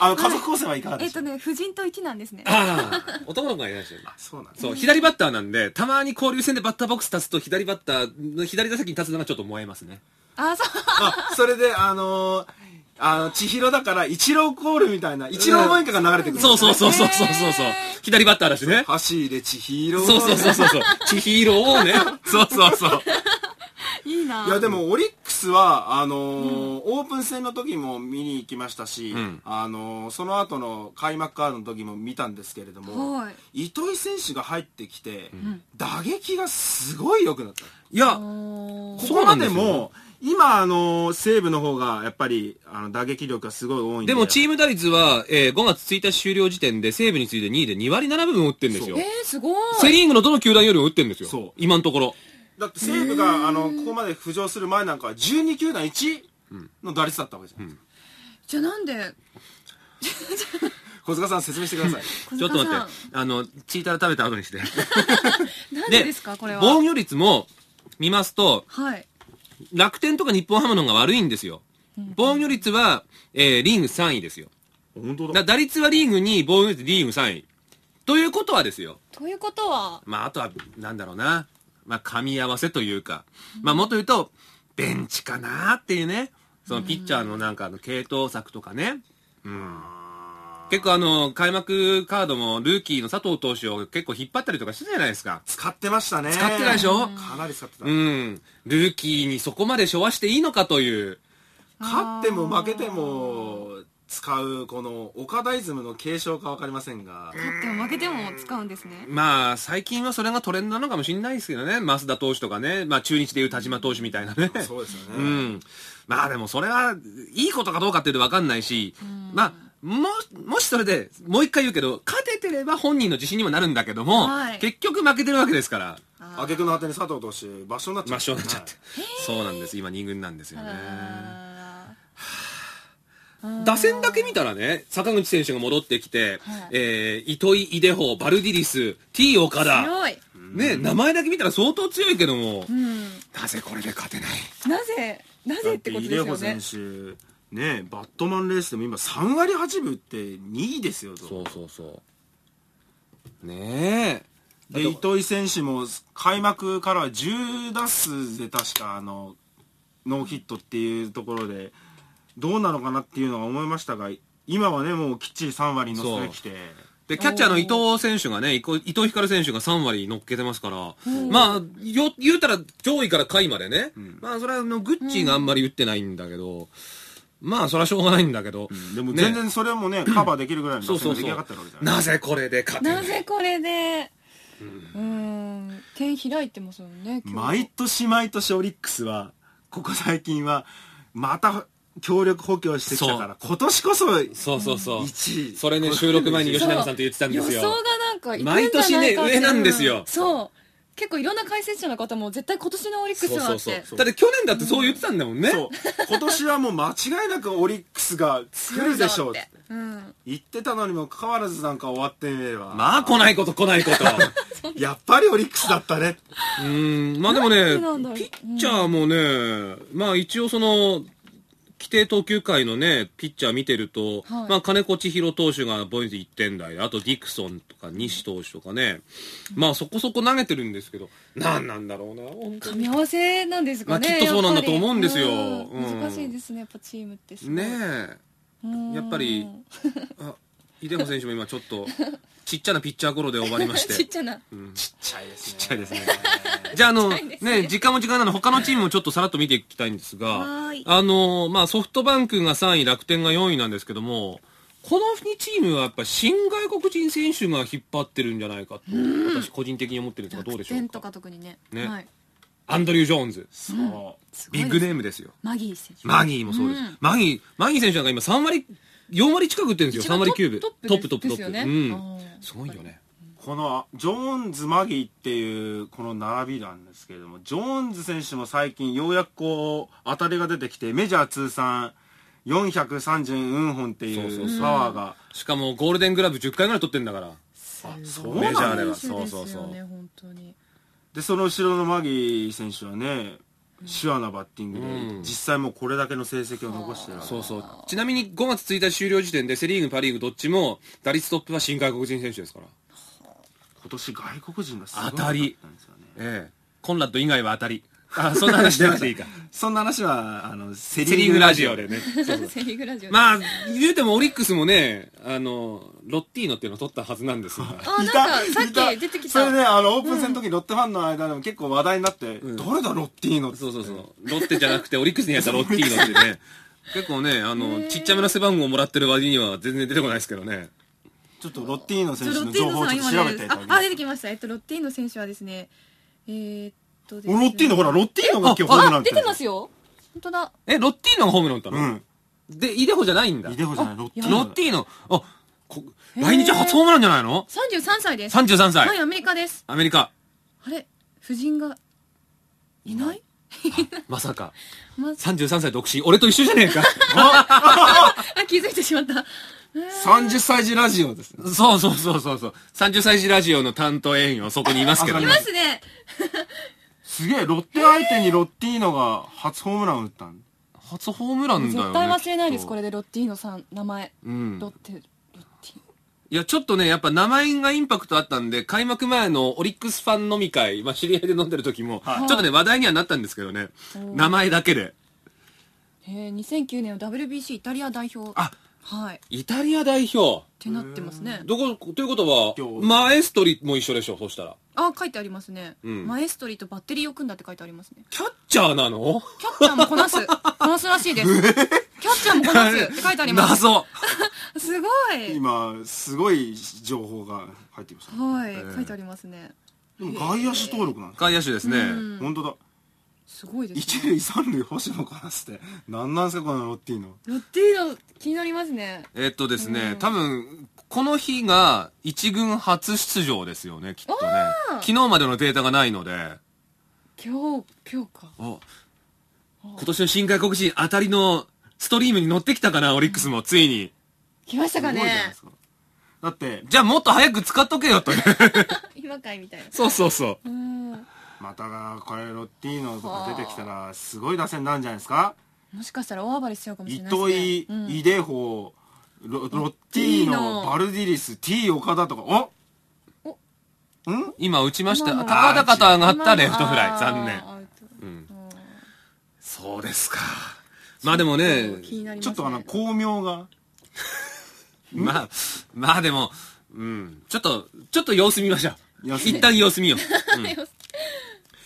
Speaker 1: あの家族構成はいかが
Speaker 3: え
Speaker 1: で
Speaker 3: っ
Speaker 1: しょ
Speaker 3: と
Speaker 1: う、
Speaker 3: ね婦人と一男ですね
Speaker 2: ああ、男の子がいらっしゃる。
Speaker 1: あそうなんです
Speaker 2: そう、左バッターなんで、たまに交流戦でバッターボックス立つと、左バッターの左打席に立つのがちょっと燃えますね。
Speaker 3: ああそう
Speaker 1: あそれであのーあの千尋だから一郎コールみたいな一郎文化が流れてくるんです
Speaker 2: そ
Speaker 1: よ
Speaker 2: うそうそうそうそうそうそう
Speaker 3: へー。
Speaker 2: 左バッターだしね。
Speaker 1: 走れ千尋
Speaker 2: そうそうそうそうそう。千尋をね。そうそうそう。
Speaker 3: いいない
Speaker 1: やでもオリックスはあのーオープン戦の時も見に行きましたし、
Speaker 2: ん
Speaker 1: あのーその後の開幕カードの時も見たんですけれども、
Speaker 3: は
Speaker 1: 糸井選手が入ってきて、打撃がすごい良くなった。
Speaker 2: いや、
Speaker 3: おー
Speaker 1: こ
Speaker 2: そう
Speaker 1: こ
Speaker 2: な
Speaker 1: ま
Speaker 2: んで
Speaker 1: です
Speaker 2: よ
Speaker 1: も今あのー西武の方がやっぱりあの打撃力がすごい多いんで。
Speaker 2: でもチ
Speaker 1: ー
Speaker 2: ーム打率は、えー5月1日終了時点で西武に次いで2位で2割7分打ってるんですよ
Speaker 3: え。ー、すご
Speaker 2: セ
Speaker 3: い
Speaker 2: リーグのどの球団よりも打ってるんですよ。
Speaker 1: そう
Speaker 2: 今のところ。
Speaker 1: だって西武があのここまで浮上する前なんかは12球団1の打率だったわけじゃん。
Speaker 3: じゃあなんで
Speaker 1: 小塚さん説明してくだ
Speaker 2: (laughs)
Speaker 1: さい。
Speaker 3: 小
Speaker 2: ちょっと
Speaker 3: 塚
Speaker 2: 待
Speaker 3: さ
Speaker 2: っ
Speaker 3: ん
Speaker 2: て。あの、チータラ食べた後にして。
Speaker 3: なんでですかこれは
Speaker 2: 防御率も見ますと、
Speaker 3: はい
Speaker 2: 楽天とか日本ハムの方が悪いんですよ。防御率は、えーリーグ3位ですよ。
Speaker 1: 本当
Speaker 2: だ打率はリーグ2位、防御率リーグ3位。ということはですよ。
Speaker 3: ということは
Speaker 2: まあ、あとは、なんだろうな。まあ、噛み合わせというか。まあ、もっと言うと、ベンチかなっていうね。そのピッチャーのなんかあの系統策とかね。うん。結構あの、開幕カードもルーキーの佐藤投手を結構引っ張ったりとかしてたじゃないですか。
Speaker 1: 使ってましたね。
Speaker 2: 使ってないでしょ
Speaker 1: かなり使ってた。
Speaker 2: うん。ルーキーにそこまで処和していいのかという。
Speaker 1: 勝っても負けても使うこの岡田イズムの継承か分かりませんが
Speaker 3: 勝っても負けても使うんですね
Speaker 2: まあ、最近はそれがトレンドなのかもしれないですけどね。増田投手とかね。まあ、中日でいう田島投手みたいなね。
Speaker 1: そうですよ
Speaker 2: う
Speaker 1: ね、
Speaker 2: ん。まあでもそれは、いいことかどうかっていうとわかんないし、まあ、も、もしそれで、もう一回言うけど、勝ててれば本人の自信にもなるんだけども、
Speaker 3: はい
Speaker 2: 結局負けてるわけですから、
Speaker 1: あ挙句の果てに佐藤投手場所になっちゃ
Speaker 2: 抹
Speaker 1: っ
Speaker 2: 消
Speaker 1: た
Speaker 2: になっちゃって。そうなんです。今2軍なんですよね。
Speaker 3: あ
Speaker 2: 打線だけ見たらね、坂口選手が戻ってきて、
Speaker 3: はい
Speaker 2: えー、糸井、井出穂、バルディリス、T 岡
Speaker 3: ー
Speaker 2: 田。
Speaker 3: 強い
Speaker 2: ね、名前だけ見たら相当強いけども、
Speaker 3: うん
Speaker 2: なぜこれで勝てない
Speaker 3: なぜな
Speaker 1: だ
Speaker 3: ぜってことですよ
Speaker 1: って
Speaker 3: ね
Speaker 1: イデホ選手ねバットマンレースでも今3割8分って2位ですよ
Speaker 2: そ
Speaker 1: と
Speaker 2: うそうそう。ねえ。
Speaker 1: で糸井選手も開幕からは10打数で確かあのノーヒットっていうところでどうなのかなっていうのは思いましたが今はねもうきっちり3割に乗せてきて
Speaker 2: で、キャッチャーの伊藤選手がね、伊藤伊藤光選手が3割乗っけてますから、まあ、よ、言うたら上位から下位までね、まあ、それはあの、グッチがあんまり打ってないんだけど、まあ、それはしょうがないんだけど、
Speaker 1: でも
Speaker 2: ね
Speaker 1: 全然それもねカバーできるぐらいの
Speaker 2: そう
Speaker 1: 打線
Speaker 2: そう
Speaker 1: が出来
Speaker 2: そ
Speaker 1: 上がっ
Speaker 2: う
Speaker 1: たわけじゃ。ない
Speaker 2: なぜこれで勝てな
Speaker 3: ないぜこれでうん点開いてますよね今日
Speaker 1: 毎年毎年オリックスはここ最近はまた協力補強してきたから今年こそ
Speaker 2: そうそうそう。
Speaker 1: 1位
Speaker 2: それね、収録前に吉永さんと言ってたんですよ
Speaker 3: そう予想がなんかいくんじゃない
Speaker 2: 毎
Speaker 3: かって
Speaker 2: 年ね上なんですよ
Speaker 3: そう結構いろんな解説者の方も絶対今年のオリックス
Speaker 2: そう
Speaker 3: は
Speaker 2: そ
Speaker 3: っ
Speaker 2: うそう
Speaker 3: て
Speaker 2: だって去年だってそう言ってたんだもんね。
Speaker 1: そう今年はもう間違いなくオリックスが来るでしょう
Speaker 3: 強いぞってうん
Speaker 1: 言ってたのにもかかわらずなんか終わってみれば、
Speaker 2: まあ、来ないこと来な
Speaker 1: (laughs)
Speaker 2: いこと。
Speaker 1: やっぱりオリックスだったね
Speaker 2: うーん、まあでもね
Speaker 3: なんでなんだろう、
Speaker 2: ピッチャーもね、まあ一応その、規定投球回のね、ピッチャー見てると、
Speaker 3: はい
Speaker 2: まあ金子千尋投手がボインズ1点台で、あとディクソンとか西投手とかね、まあそこそこ投げてるんですけど、なんなんだろうな、本当
Speaker 3: 噛
Speaker 2: に。
Speaker 3: み合わせなんですかね、
Speaker 2: まあきっとそうなんだと思うんですよ
Speaker 3: やっぱり
Speaker 2: う
Speaker 3: うんん難しいですねやっぱチームってすごい
Speaker 2: ねえ。
Speaker 3: うん
Speaker 2: やっぱりあ、井出穂選手も今ちょっと、ちっちゃなピッチャーゴロで終わりまし。
Speaker 3: (laughs) (laughs) ちってちゃな
Speaker 1: ちっちゃいですね
Speaker 2: ちっちゃいですね (laughs) じゃあ、あの、
Speaker 3: ちっちゃいですね
Speaker 2: ね、時間も時間なので、他のチームもちょっとさらっと見ていきたいんですが、
Speaker 3: はーい
Speaker 2: あの、まあ、ソフトバンクが3位、楽天が4位なんですけども、この2チームはやっぱ新外国人選手が引っ張ってるんじゃないかと、私個人的に思ってるんですが、どうでしょう
Speaker 3: 点
Speaker 2: か。
Speaker 3: とか特にね
Speaker 2: ね
Speaker 3: はい、
Speaker 2: アンドリュー・ジョーンズ。
Speaker 1: そう、
Speaker 3: すご
Speaker 2: ビ
Speaker 3: いです
Speaker 2: ッグネームですよ。
Speaker 3: マギー選手
Speaker 2: マギーもそうです。
Speaker 3: うん
Speaker 2: マギー、マギー選手なんか今3割、4割近く打ってるんです
Speaker 3: 一
Speaker 2: よ。3
Speaker 3: 番
Speaker 2: 割
Speaker 3: ト
Speaker 2: 9分。
Speaker 3: トップ
Speaker 2: トップトップトッ
Speaker 3: です
Speaker 2: プ。
Speaker 3: よね
Speaker 2: うん。
Speaker 3: あー
Speaker 2: すごいよね。
Speaker 1: このジョーンズ・マギーっていうこの並びなんですけれどもジョーンズ選手も最近ようやくこう当たりが出てきてメジャー通算434本ってい
Speaker 2: そうそう
Speaker 1: うパワーが
Speaker 2: しかもゴールデングラブ10回ぐらい取ってんだから。
Speaker 1: あ
Speaker 3: す
Speaker 1: そ
Speaker 3: ご
Speaker 1: う
Speaker 3: い
Speaker 1: メジャー
Speaker 2: では
Speaker 3: 選手ですよ
Speaker 2: そうそうそう
Speaker 3: ね本当に
Speaker 1: でその後ろのマギー選手はね手話なバッティングで、
Speaker 2: うん
Speaker 1: 実際もうこれだけの成績を残してるわけ
Speaker 2: そうそう。ちなみに5月1日終了時点でセ・リーグ、パ・リーグどっちも打率トップは新外国人選手ですから。
Speaker 1: 今年外国人がすごい
Speaker 2: 当たり
Speaker 1: 多かったんですよね
Speaker 2: ええ。コンラッド以外は当たり。 (laughs) あ、そんな話してなくていいか。
Speaker 1: そんな話はあのセ・
Speaker 2: (laughs) セ・リーグラジオでね。
Speaker 3: (laughs) セリグラジ
Speaker 2: (laughs)
Speaker 3: オ、
Speaker 2: まあ、言うてもオリックスもね、あの、ロッティーノっていうのを取ったはずなんですが。
Speaker 3: あ
Speaker 1: い
Speaker 3: なん
Speaker 1: た
Speaker 3: かさ
Speaker 1: いた
Speaker 3: っき出てき
Speaker 1: そ
Speaker 3: た
Speaker 1: れねあのオープン戦の時ロッテファンの間でも結構話題になって、
Speaker 2: ん
Speaker 1: 誰だロッティーノって
Speaker 2: そうそうそう。ロッテじゃなくてオリックスにやったロッティーノってね。 (laughs) 結構ね、あの、ちっちゃめの背番号をもらってる割には全然出てこないですけどね。
Speaker 1: ちょっとロッティーノ選
Speaker 3: そ
Speaker 1: 手
Speaker 3: うロ
Speaker 1: の
Speaker 3: ッティ
Speaker 1: 情
Speaker 3: ー
Speaker 1: 報を
Speaker 3: ノさ
Speaker 1: ち
Speaker 3: ん
Speaker 1: ょ
Speaker 3: 今
Speaker 1: っと調べ
Speaker 3: ね
Speaker 1: ていただき
Speaker 3: ああ出てきましたえっとロッティーノ選手はですねえーっとです
Speaker 1: お
Speaker 3: ね
Speaker 1: ロッティーノほらロッティーノが今日ホームラン
Speaker 3: あ
Speaker 1: 打っ
Speaker 3: 出
Speaker 1: てる
Speaker 3: てますよ本当だ
Speaker 2: え、ロッティーノがホームラン打ったの
Speaker 1: うん
Speaker 2: で、イデホじゃないんだ。
Speaker 1: イデホじゃないロッティーノ
Speaker 2: ロッティーノ。あ、こ来日初ホームランじゃないの
Speaker 3: 33歳です
Speaker 2: ?33 歳、
Speaker 3: はいアメリカです
Speaker 2: アメリ
Speaker 3: (laughs)
Speaker 2: カ。
Speaker 3: あれ夫人がいない
Speaker 2: まさか。
Speaker 3: ま
Speaker 2: 33歳独身。俺と一緒じゃ
Speaker 3: (laughs)
Speaker 2: ねえか。
Speaker 3: あ気づいてしまった
Speaker 1: 30歳児ラジオですね
Speaker 2: そうそうそうそうそう。30歳児ラジオの担当営業、そこにいますけど
Speaker 1: あ
Speaker 2: ね
Speaker 1: い
Speaker 3: い。ますね
Speaker 1: すげえロッテ相手にロッティーノが初ホームラン打ったん
Speaker 2: 初ホームランだよ、ね。
Speaker 3: 絶対忘れないで
Speaker 2: きっ
Speaker 3: す
Speaker 2: と
Speaker 3: これでロッティーノさん名前
Speaker 2: うん
Speaker 3: ロッテロッティーノ
Speaker 2: いや、ちょっとね、やっぱ名前がインパクトあったんで、開幕前のオリックスファン飲み会、まあ知り合いで飲んでる時も、
Speaker 1: はい
Speaker 2: ちょっとね、話題にはなったんですけどね
Speaker 3: お。ー
Speaker 2: 名前だけで。
Speaker 3: えー2009年の WBC イタリア代表
Speaker 2: あ
Speaker 3: はいっ
Speaker 2: イタリア代表。
Speaker 3: てなってますね
Speaker 2: どこ、ということは
Speaker 1: 今、日
Speaker 2: マエストリも一緒でしょ、そしたら。
Speaker 3: あ書いてありますね、
Speaker 2: うん
Speaker 3: マエストリとバッテリーを組んだって書いてありますね
Speaker 2: キャッチャーなの
Speaker 3: キャッチャーも
Speaker 2: (laughs)
Speaker 3: こなすこなすらしいですキャッチャーもこなすって書いてあります
Speaker 2: (laughs) 謎。
Speaker 3: すごい
Speaker 1: 今すごい情報が入ってきました、
Speaker 3: はい、
Speaker 2: ー
Speaker 3: 書いてありますね
Speaker 1: でも外野手登録なんです
Speaker 2: 外野手ですね。
Speaker 3: うん
Speaker 1: 本当だ
Speaker 3: すごいです
Speaker 1: 一
Speaker 3: ね
Speaker 1: 塁三塁星野からして何なんすかこのロッティーノ
Speaker 3: ロッティーノ気になりますね
Speaker 2: えっとです
Speaker 3: う
Speaker 2: ね
Speaker 3: ん、
Speaker 2: 多分、この日が一軍初出場ですよね、きっとね。
Speaker 3: あー
Speaker 2: 昨日までのデータがないので。
Speaker 3: 今日今日か
Speaker 2: お今年の新外国人当たりのストリームに乗ってきたかな、オリックスも、ついに。
Speaker 3: 来ました
Speaker 1: すご
Speaker 3: か
Speaker 1: いじゃない
Speaker 3: ね
Speaker 1: ですかだって
Speaker 2: じゃあもっと早く使っとけよ、という。
Speaker 3: 今かいみたいな
Speaker 2: (laughs) そうそうそうう。
Speaker 3: ん
Speaker 1: またがこれロッティーノとか出てきたらすごい打線なんじゃないですか
Speaker 3: もしかしたら大暴れしちゃうかもしれない
Speaker 1: 糸井、
Speaker 3: ですね、うん
Speaker 1: イデホロロッティーノバルディリス T 岡田とかおん
Speaker 2: 今打ちました。
Speaker 3: 今の
Speaker 2: 高々と上がったレ
Speaker 3: 今
Speaker 2: フ
Speaker 3: の
Speaker 2: トフラ
Speaker 3: あ
Speaker 2: イ。
Speaker 3: ー
Speaker 2: 残念。
Speaker 3: アウト
Speaker 2: うん。
Speaker 3: うん
Speaker 2: そうですか。まあでもね、
Speaker 3: 気になります
Speaker 1: ち
Speaker 3: ね
Speaker 1: ょっとあの巧妙が
Speaker 2: まあ、まあでも、うん。ちょっと、ちょっと様子見ましょう。
Speaker 1: 様子見
Speaker 2: 一旦様子見よう。
Speaker 3: (laughs)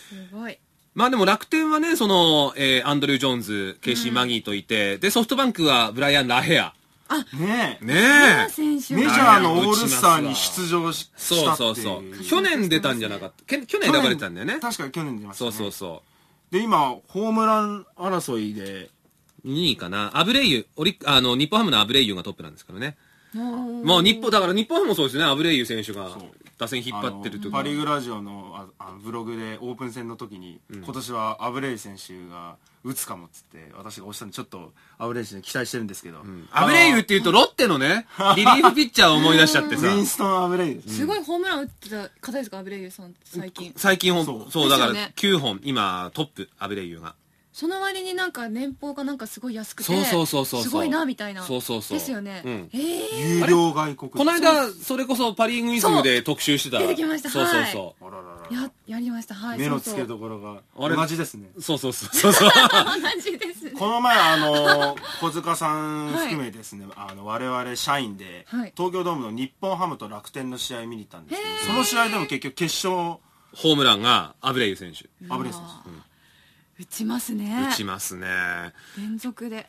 Speaker 3: すごい
Speaker 2: まあでも楽天はね、その、えーアンドリュー・ジョーンズ、ケイシー・マギーといて、で、ソフトバンクはブライアン・ラヘア。
Speaker 1: ねえ
Speaker 2: ね
Speaker 3: あ
Speaker 2: え。
Speaker 3: 選手
Speaker 1: メジャーのオールスターに出場し
Speaker 2: そうそう
Speaker 1: した
Speaker 2: そ
Speaker 1: っていう
Speaker 2: う。去年出たんじゃなかった。け去年選ばれたんだよね。
Speaker 1: 確かに去年出ました、
Speaker 2: そ
Speaker 1: ね、
Speaker 2: うそうそ
Speaker 1: で今ホームラン争いで
Speaker 2: う。2位かな。アブレイユ、オリックあの、日本ハムのアブレイユがトップなんですけどね。
Speaker 3: も
Speaker 2: もう日本、だから日本ハムもそうですね。アブレイユ選手が
Speaker 1: そう
Speaker 2: 打線引っ張ってる
Speaker 1: あの
Speaker 2: 時
Speaker 1: パ・リーグラジオのああのブログでオープン戦の時に、今年はアブレイ選手が打つかもっつって私がおっしゃるちょっとアブレイ選手に期待してるんですけど、
Speaker 2: アブレイユって言うとロッテのね、リリーフピッチャーを思い出しちゃって
Speaker 1: ウ
Speaker 2: さ。
Speaker 1: ィンストン・アブレイです、
Speaker 3: すごいホームラン打ってた方ですかアブレイユさん最近
Speaker 2: 最近ほん、
Speaker 1: そう
Speaker 2: そう、だから
Speaker 3: ですよね
Speaker 2: 9本、今トップ、アブレイユが。
Speaker 3: その割になんか年俸がなんかすごい安くて
Speaker 2: そうそうそうそうそう
Speaker 3: すごいなみたいな
Speaker 2: そうそうそう
Speaker 3: ですよね、
Speaker 2: うん
Speaker 3: ええ
Speaker 1: 有料外国人
Speaker 2: この間、それこそパリーグイズムで特集してた。
Speaker 3: 出てきました
Speaker 2: そうそう
Speaker 3: はい
Speaker 2: そ
Speaker 1: あららら
Speaker 3: ややりましたはい
Speaker 1: 目の付け
Speaker 3: そう
Speaker 1: どころが
Speaker 2: あれ
Speaker 1: 同じですね
Speaker 2: う。そうそうそうそう。
Speaker 3: そう同じですね
Speaker 1: この前あ
Speaker 3: (laughs)
Speaker 1: の小塚さん
Speaker 3: はい
Speaker 1: 含めですね、あの我々社員で、
Speaker 3: はい
Speaker 1: 東京ドームの日本ハムと楽天の試合見に行ったんですけ
Speaker 3: へー
Speaker 1: どその試合でも結局決勝
Speaker 2: ホームランがアブレイユ選手。
Speaker 1: アブレイ選手
Speaker 3: あー打ちますね
Speaker 2: 打ちますね。
Speaker 3: 連続で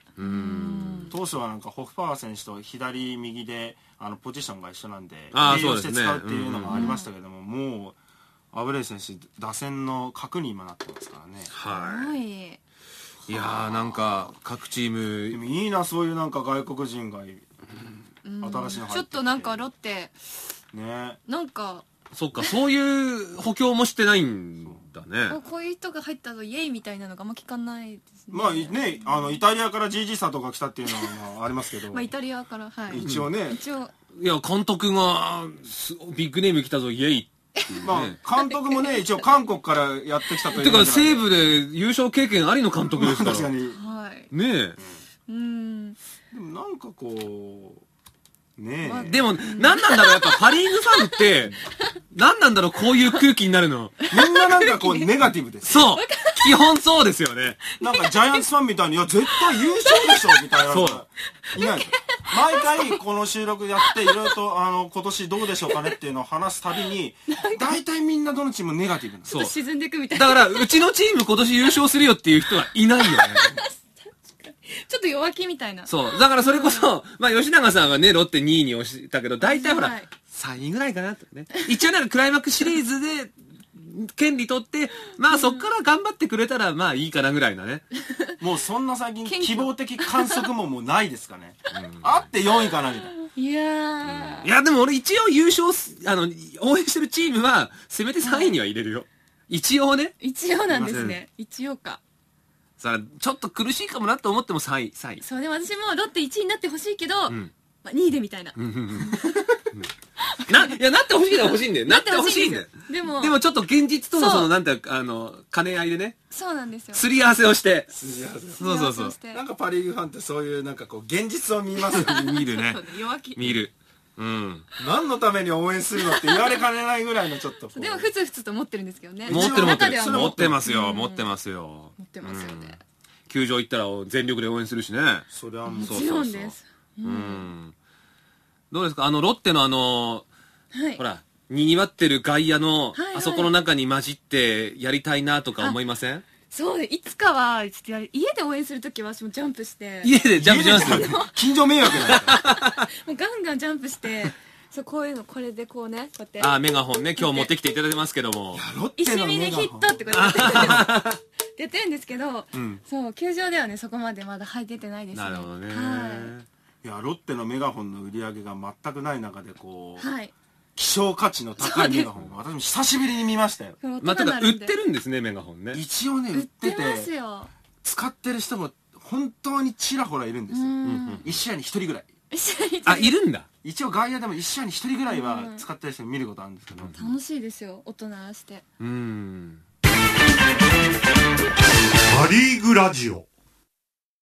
Speaker 1: 当初はなんかホッファー選手と左右であのポジションが一緒なんで
Speaker 2: あー
Speaker 1: 併用して
Speaker 2: そうですね
Speaker 1: 使うっていうのもありましたけども、もうアブレイ選手打線の核に今なってますからね
Speaker 3: す
Speaker 2: は
Speaker 3: ごい
Speaker 2: い。いやー、なんか、各チ
Speaker 1: で
Speaker 2: ー
Speaker 1: も
Speaker 2: ム、
Speaker 1: いいなそういうなんか外国人が新しいの入ってきて
Speaker 3: ちょっとなんかロッテ
Speaker 1: ね
Speaker 3: なんか
Speaker 2: そっか、そういう補強もしてないんだね。
Speaker 3: こういう人が入ったとイエイみたいなのがあんま聞かないですね
Speaker 1: まあいねあのイタリアからジージーサとか来たっていうのはまあありますけど、
Speaker 3: まあイタリアからはい
Speaker 1: 一応ね、
Speaker 3: 一応
Speaker 2: いや、監督が、すビッグネーム来たぞ、イエイっ
Speaker 1: まあ、監督もね、一応韓国からやってきたという
Speaker 2: てか、西
Speaker 1: 武
Speaker 2: 武で優勝経験ありの監督ですから。
Speaker 1: 確かに。
Speaker 3: はい
Speaker 2: ね
Speaker 3: うん
Speaker 1: でもなんかこう、ねえ。
Speaker 3: まあ
Speaker 2: え。でも、なんなんだろう、やっぱパ・リーグファンって、なんなんだろう、こういう空気になるの。
Speaker 1: みんななんかこう、ネガティブ
Speaker 2: (laughs)
Speaker 1: です。
Speaker 2: そう基本そうですよね。
Speaker 1: なんかジャイアンツファンみたいに、いや、絶対優勝でしょみたいな。
Speaker 2: そう。
Speaker 1: いないです。毎回この収録やって、いろいろと、あの、今年どうでしょうかねっていうのを話すたびに、大体みんなどのチームもネガティブなんです
Speaker 2: そう。
Speaker 3: 沈んでいくみたい
Speaker 2: だ
Speaker 3: な
Speaker 2: から、うちのチーム今年優勝するよっていう人はいないよ (laughs) ね。
Speaker 3: ちょっと弱気みたいな
Speaker 2: そう。だからそれこそ、まあ吉永さんはね、ロッテ2位に押したけど、大体ほら
Speaker 3: はい、
Speaker 2: 3位ぐらいかなとかね。一応なんかクライマックスシリーズで、権利取って、まあそっから頑張ってくれたら、まあいいかなぐらいなね。
Speaker 1: もうそんな最近
Speaker 3: 謙
Speaker 1: 希
Speaker 3: 虚
Speaker 1: 望的観測ももうないですかね。あって4位かなみたいな。
Speaker 3: いや
Speaker 2: いや、でも俺一応優勝す、あの、応援してるチームは、せめて3位には入れるよ。一応ね。
Speaker 3: ー一応なんです
Speaker 2: すいませ
Speaker 3: ね一応か
Speaker 2: さあ、ちょっと苦しいかもなと思っても3位、3位。
Speaker 3: そうでも私もロッテ1位になってほしいけど、
Speaker 2: ん
Speaker 3: まあ、2位でみたいな、
Speaker 2: (laughs) な、いや、なってほしいけどほしいんだよ。なってほしいんだよ。
Speaker 3: でも
Speaker 2: でもちょっと現実との
Speaker 3: そう
Speaker 2: その、なんていうか、あの、兼ね合いでね、
Speaker 3: そうなんですよ
Speaker 2: すり合わせをして。そうそう
Speaker 3: 幸せ
Speaker 2: そ
Speaker 3: を
Speaker 2: う
Speaker 3: し。て
Speaker 1: なんかパ・リーグファンってそういうなんかこう現実を見ますよね
Speaker 3: (laughs)
Speaker 2: 見るね
Speaker 3: ちょっ。と弱気
Speaker 2: 見る。うん。
Speaker 1: 何のために応援するのって言われかねないぐらいのちょっとこう
Speaker 3: でもふつふつと持ってるんですけどね
Speaker 2: 持ってる持って
Speaker 3: 自分の中で
Speaker 2: る。
Speaker 3: は
Speaker 2: 持
Speaker 3: もう
Speaker 2: ってますよ。持ってますよ。
Speaker 3: 持ってますよね
Speaker 2: 球場行ったら全力で応援するしね。
Speaker 1: それはも
Speaker 3: も
Speaker 1: う
Speaker 2: そう
Speaker 3: ちろんです
Speaker 2: うん。どうですかあの、ロッテのあの、
Speaker 3: はい
Speaker 2: ほら、にぎわってる外野の
Speaker 3: はいは、い
Speaker 2: あそこの中に混じってやりたいなとか思いません
Speaker 3: そうねいつかはちょっとやり家で応援するときは私もジャンプして
Speaker 2: 家でジャンプします
Speaker 1: 家で近所迷惑なんだよ
Speaker 3: もうガンガンジャンプ
Speaker 2: (laughs)
Speaker 3: してそうこういうのこれでこうねこうやって
Speaker 2: あー、メガホンね、今日持ってきていただいてますけども。
Speaker 1: ロッテ
Speaker 3: 石
Speaker 1: の
Speaker 3: 見
Speaker 1: 目
Speaker 3: で
Speaker 1: が
Speaker 3: ヒットってこうやってやってるんですけど、そう球場ではねそこまでまだ入っててないですね
Speaker 2: なるほどね。
Speaker 3: はい
Speaker 1: やロッテのメガホンの売り上げが全くない中でこ
Speaker 3: い、
Speaker 1: う
Speaker 3: はい、
Speaker 1: 希少価値の高いメガホンを私も久しぶりに見ましたよ
Speaker 3: これ
Speaker 2: ま
Speaker 3: 音
Speaker 2: あ、た
Speaker 3: が
Speaker 2: だ
Speaker 3: 鳴
Speaker 2: 売っ
Speaker 3: んで
Speaker 2: てるんですね、メガホンね。
Speaker 1: 一応ね売
Speaker 3: 売
Speaker 1: っ
Speaker 3: ってて
Speaker 1: て
Speaker 3: ますよ
Speaker 1: 使ってる人も本当にちらほらいるんですよ
Speaker 3: うん
Speaker 1: 一試合に一人ぐらい
Speaker 2: あ、いるんだ。
Speaker 1: 一応外野でも一試合に一人ぐらいは使ってる人見ることあるんですけど
Speaker 3: 楽しいですよ大人らして
Speaker 2: うん。
Speaker 4: パ・リーグラジオ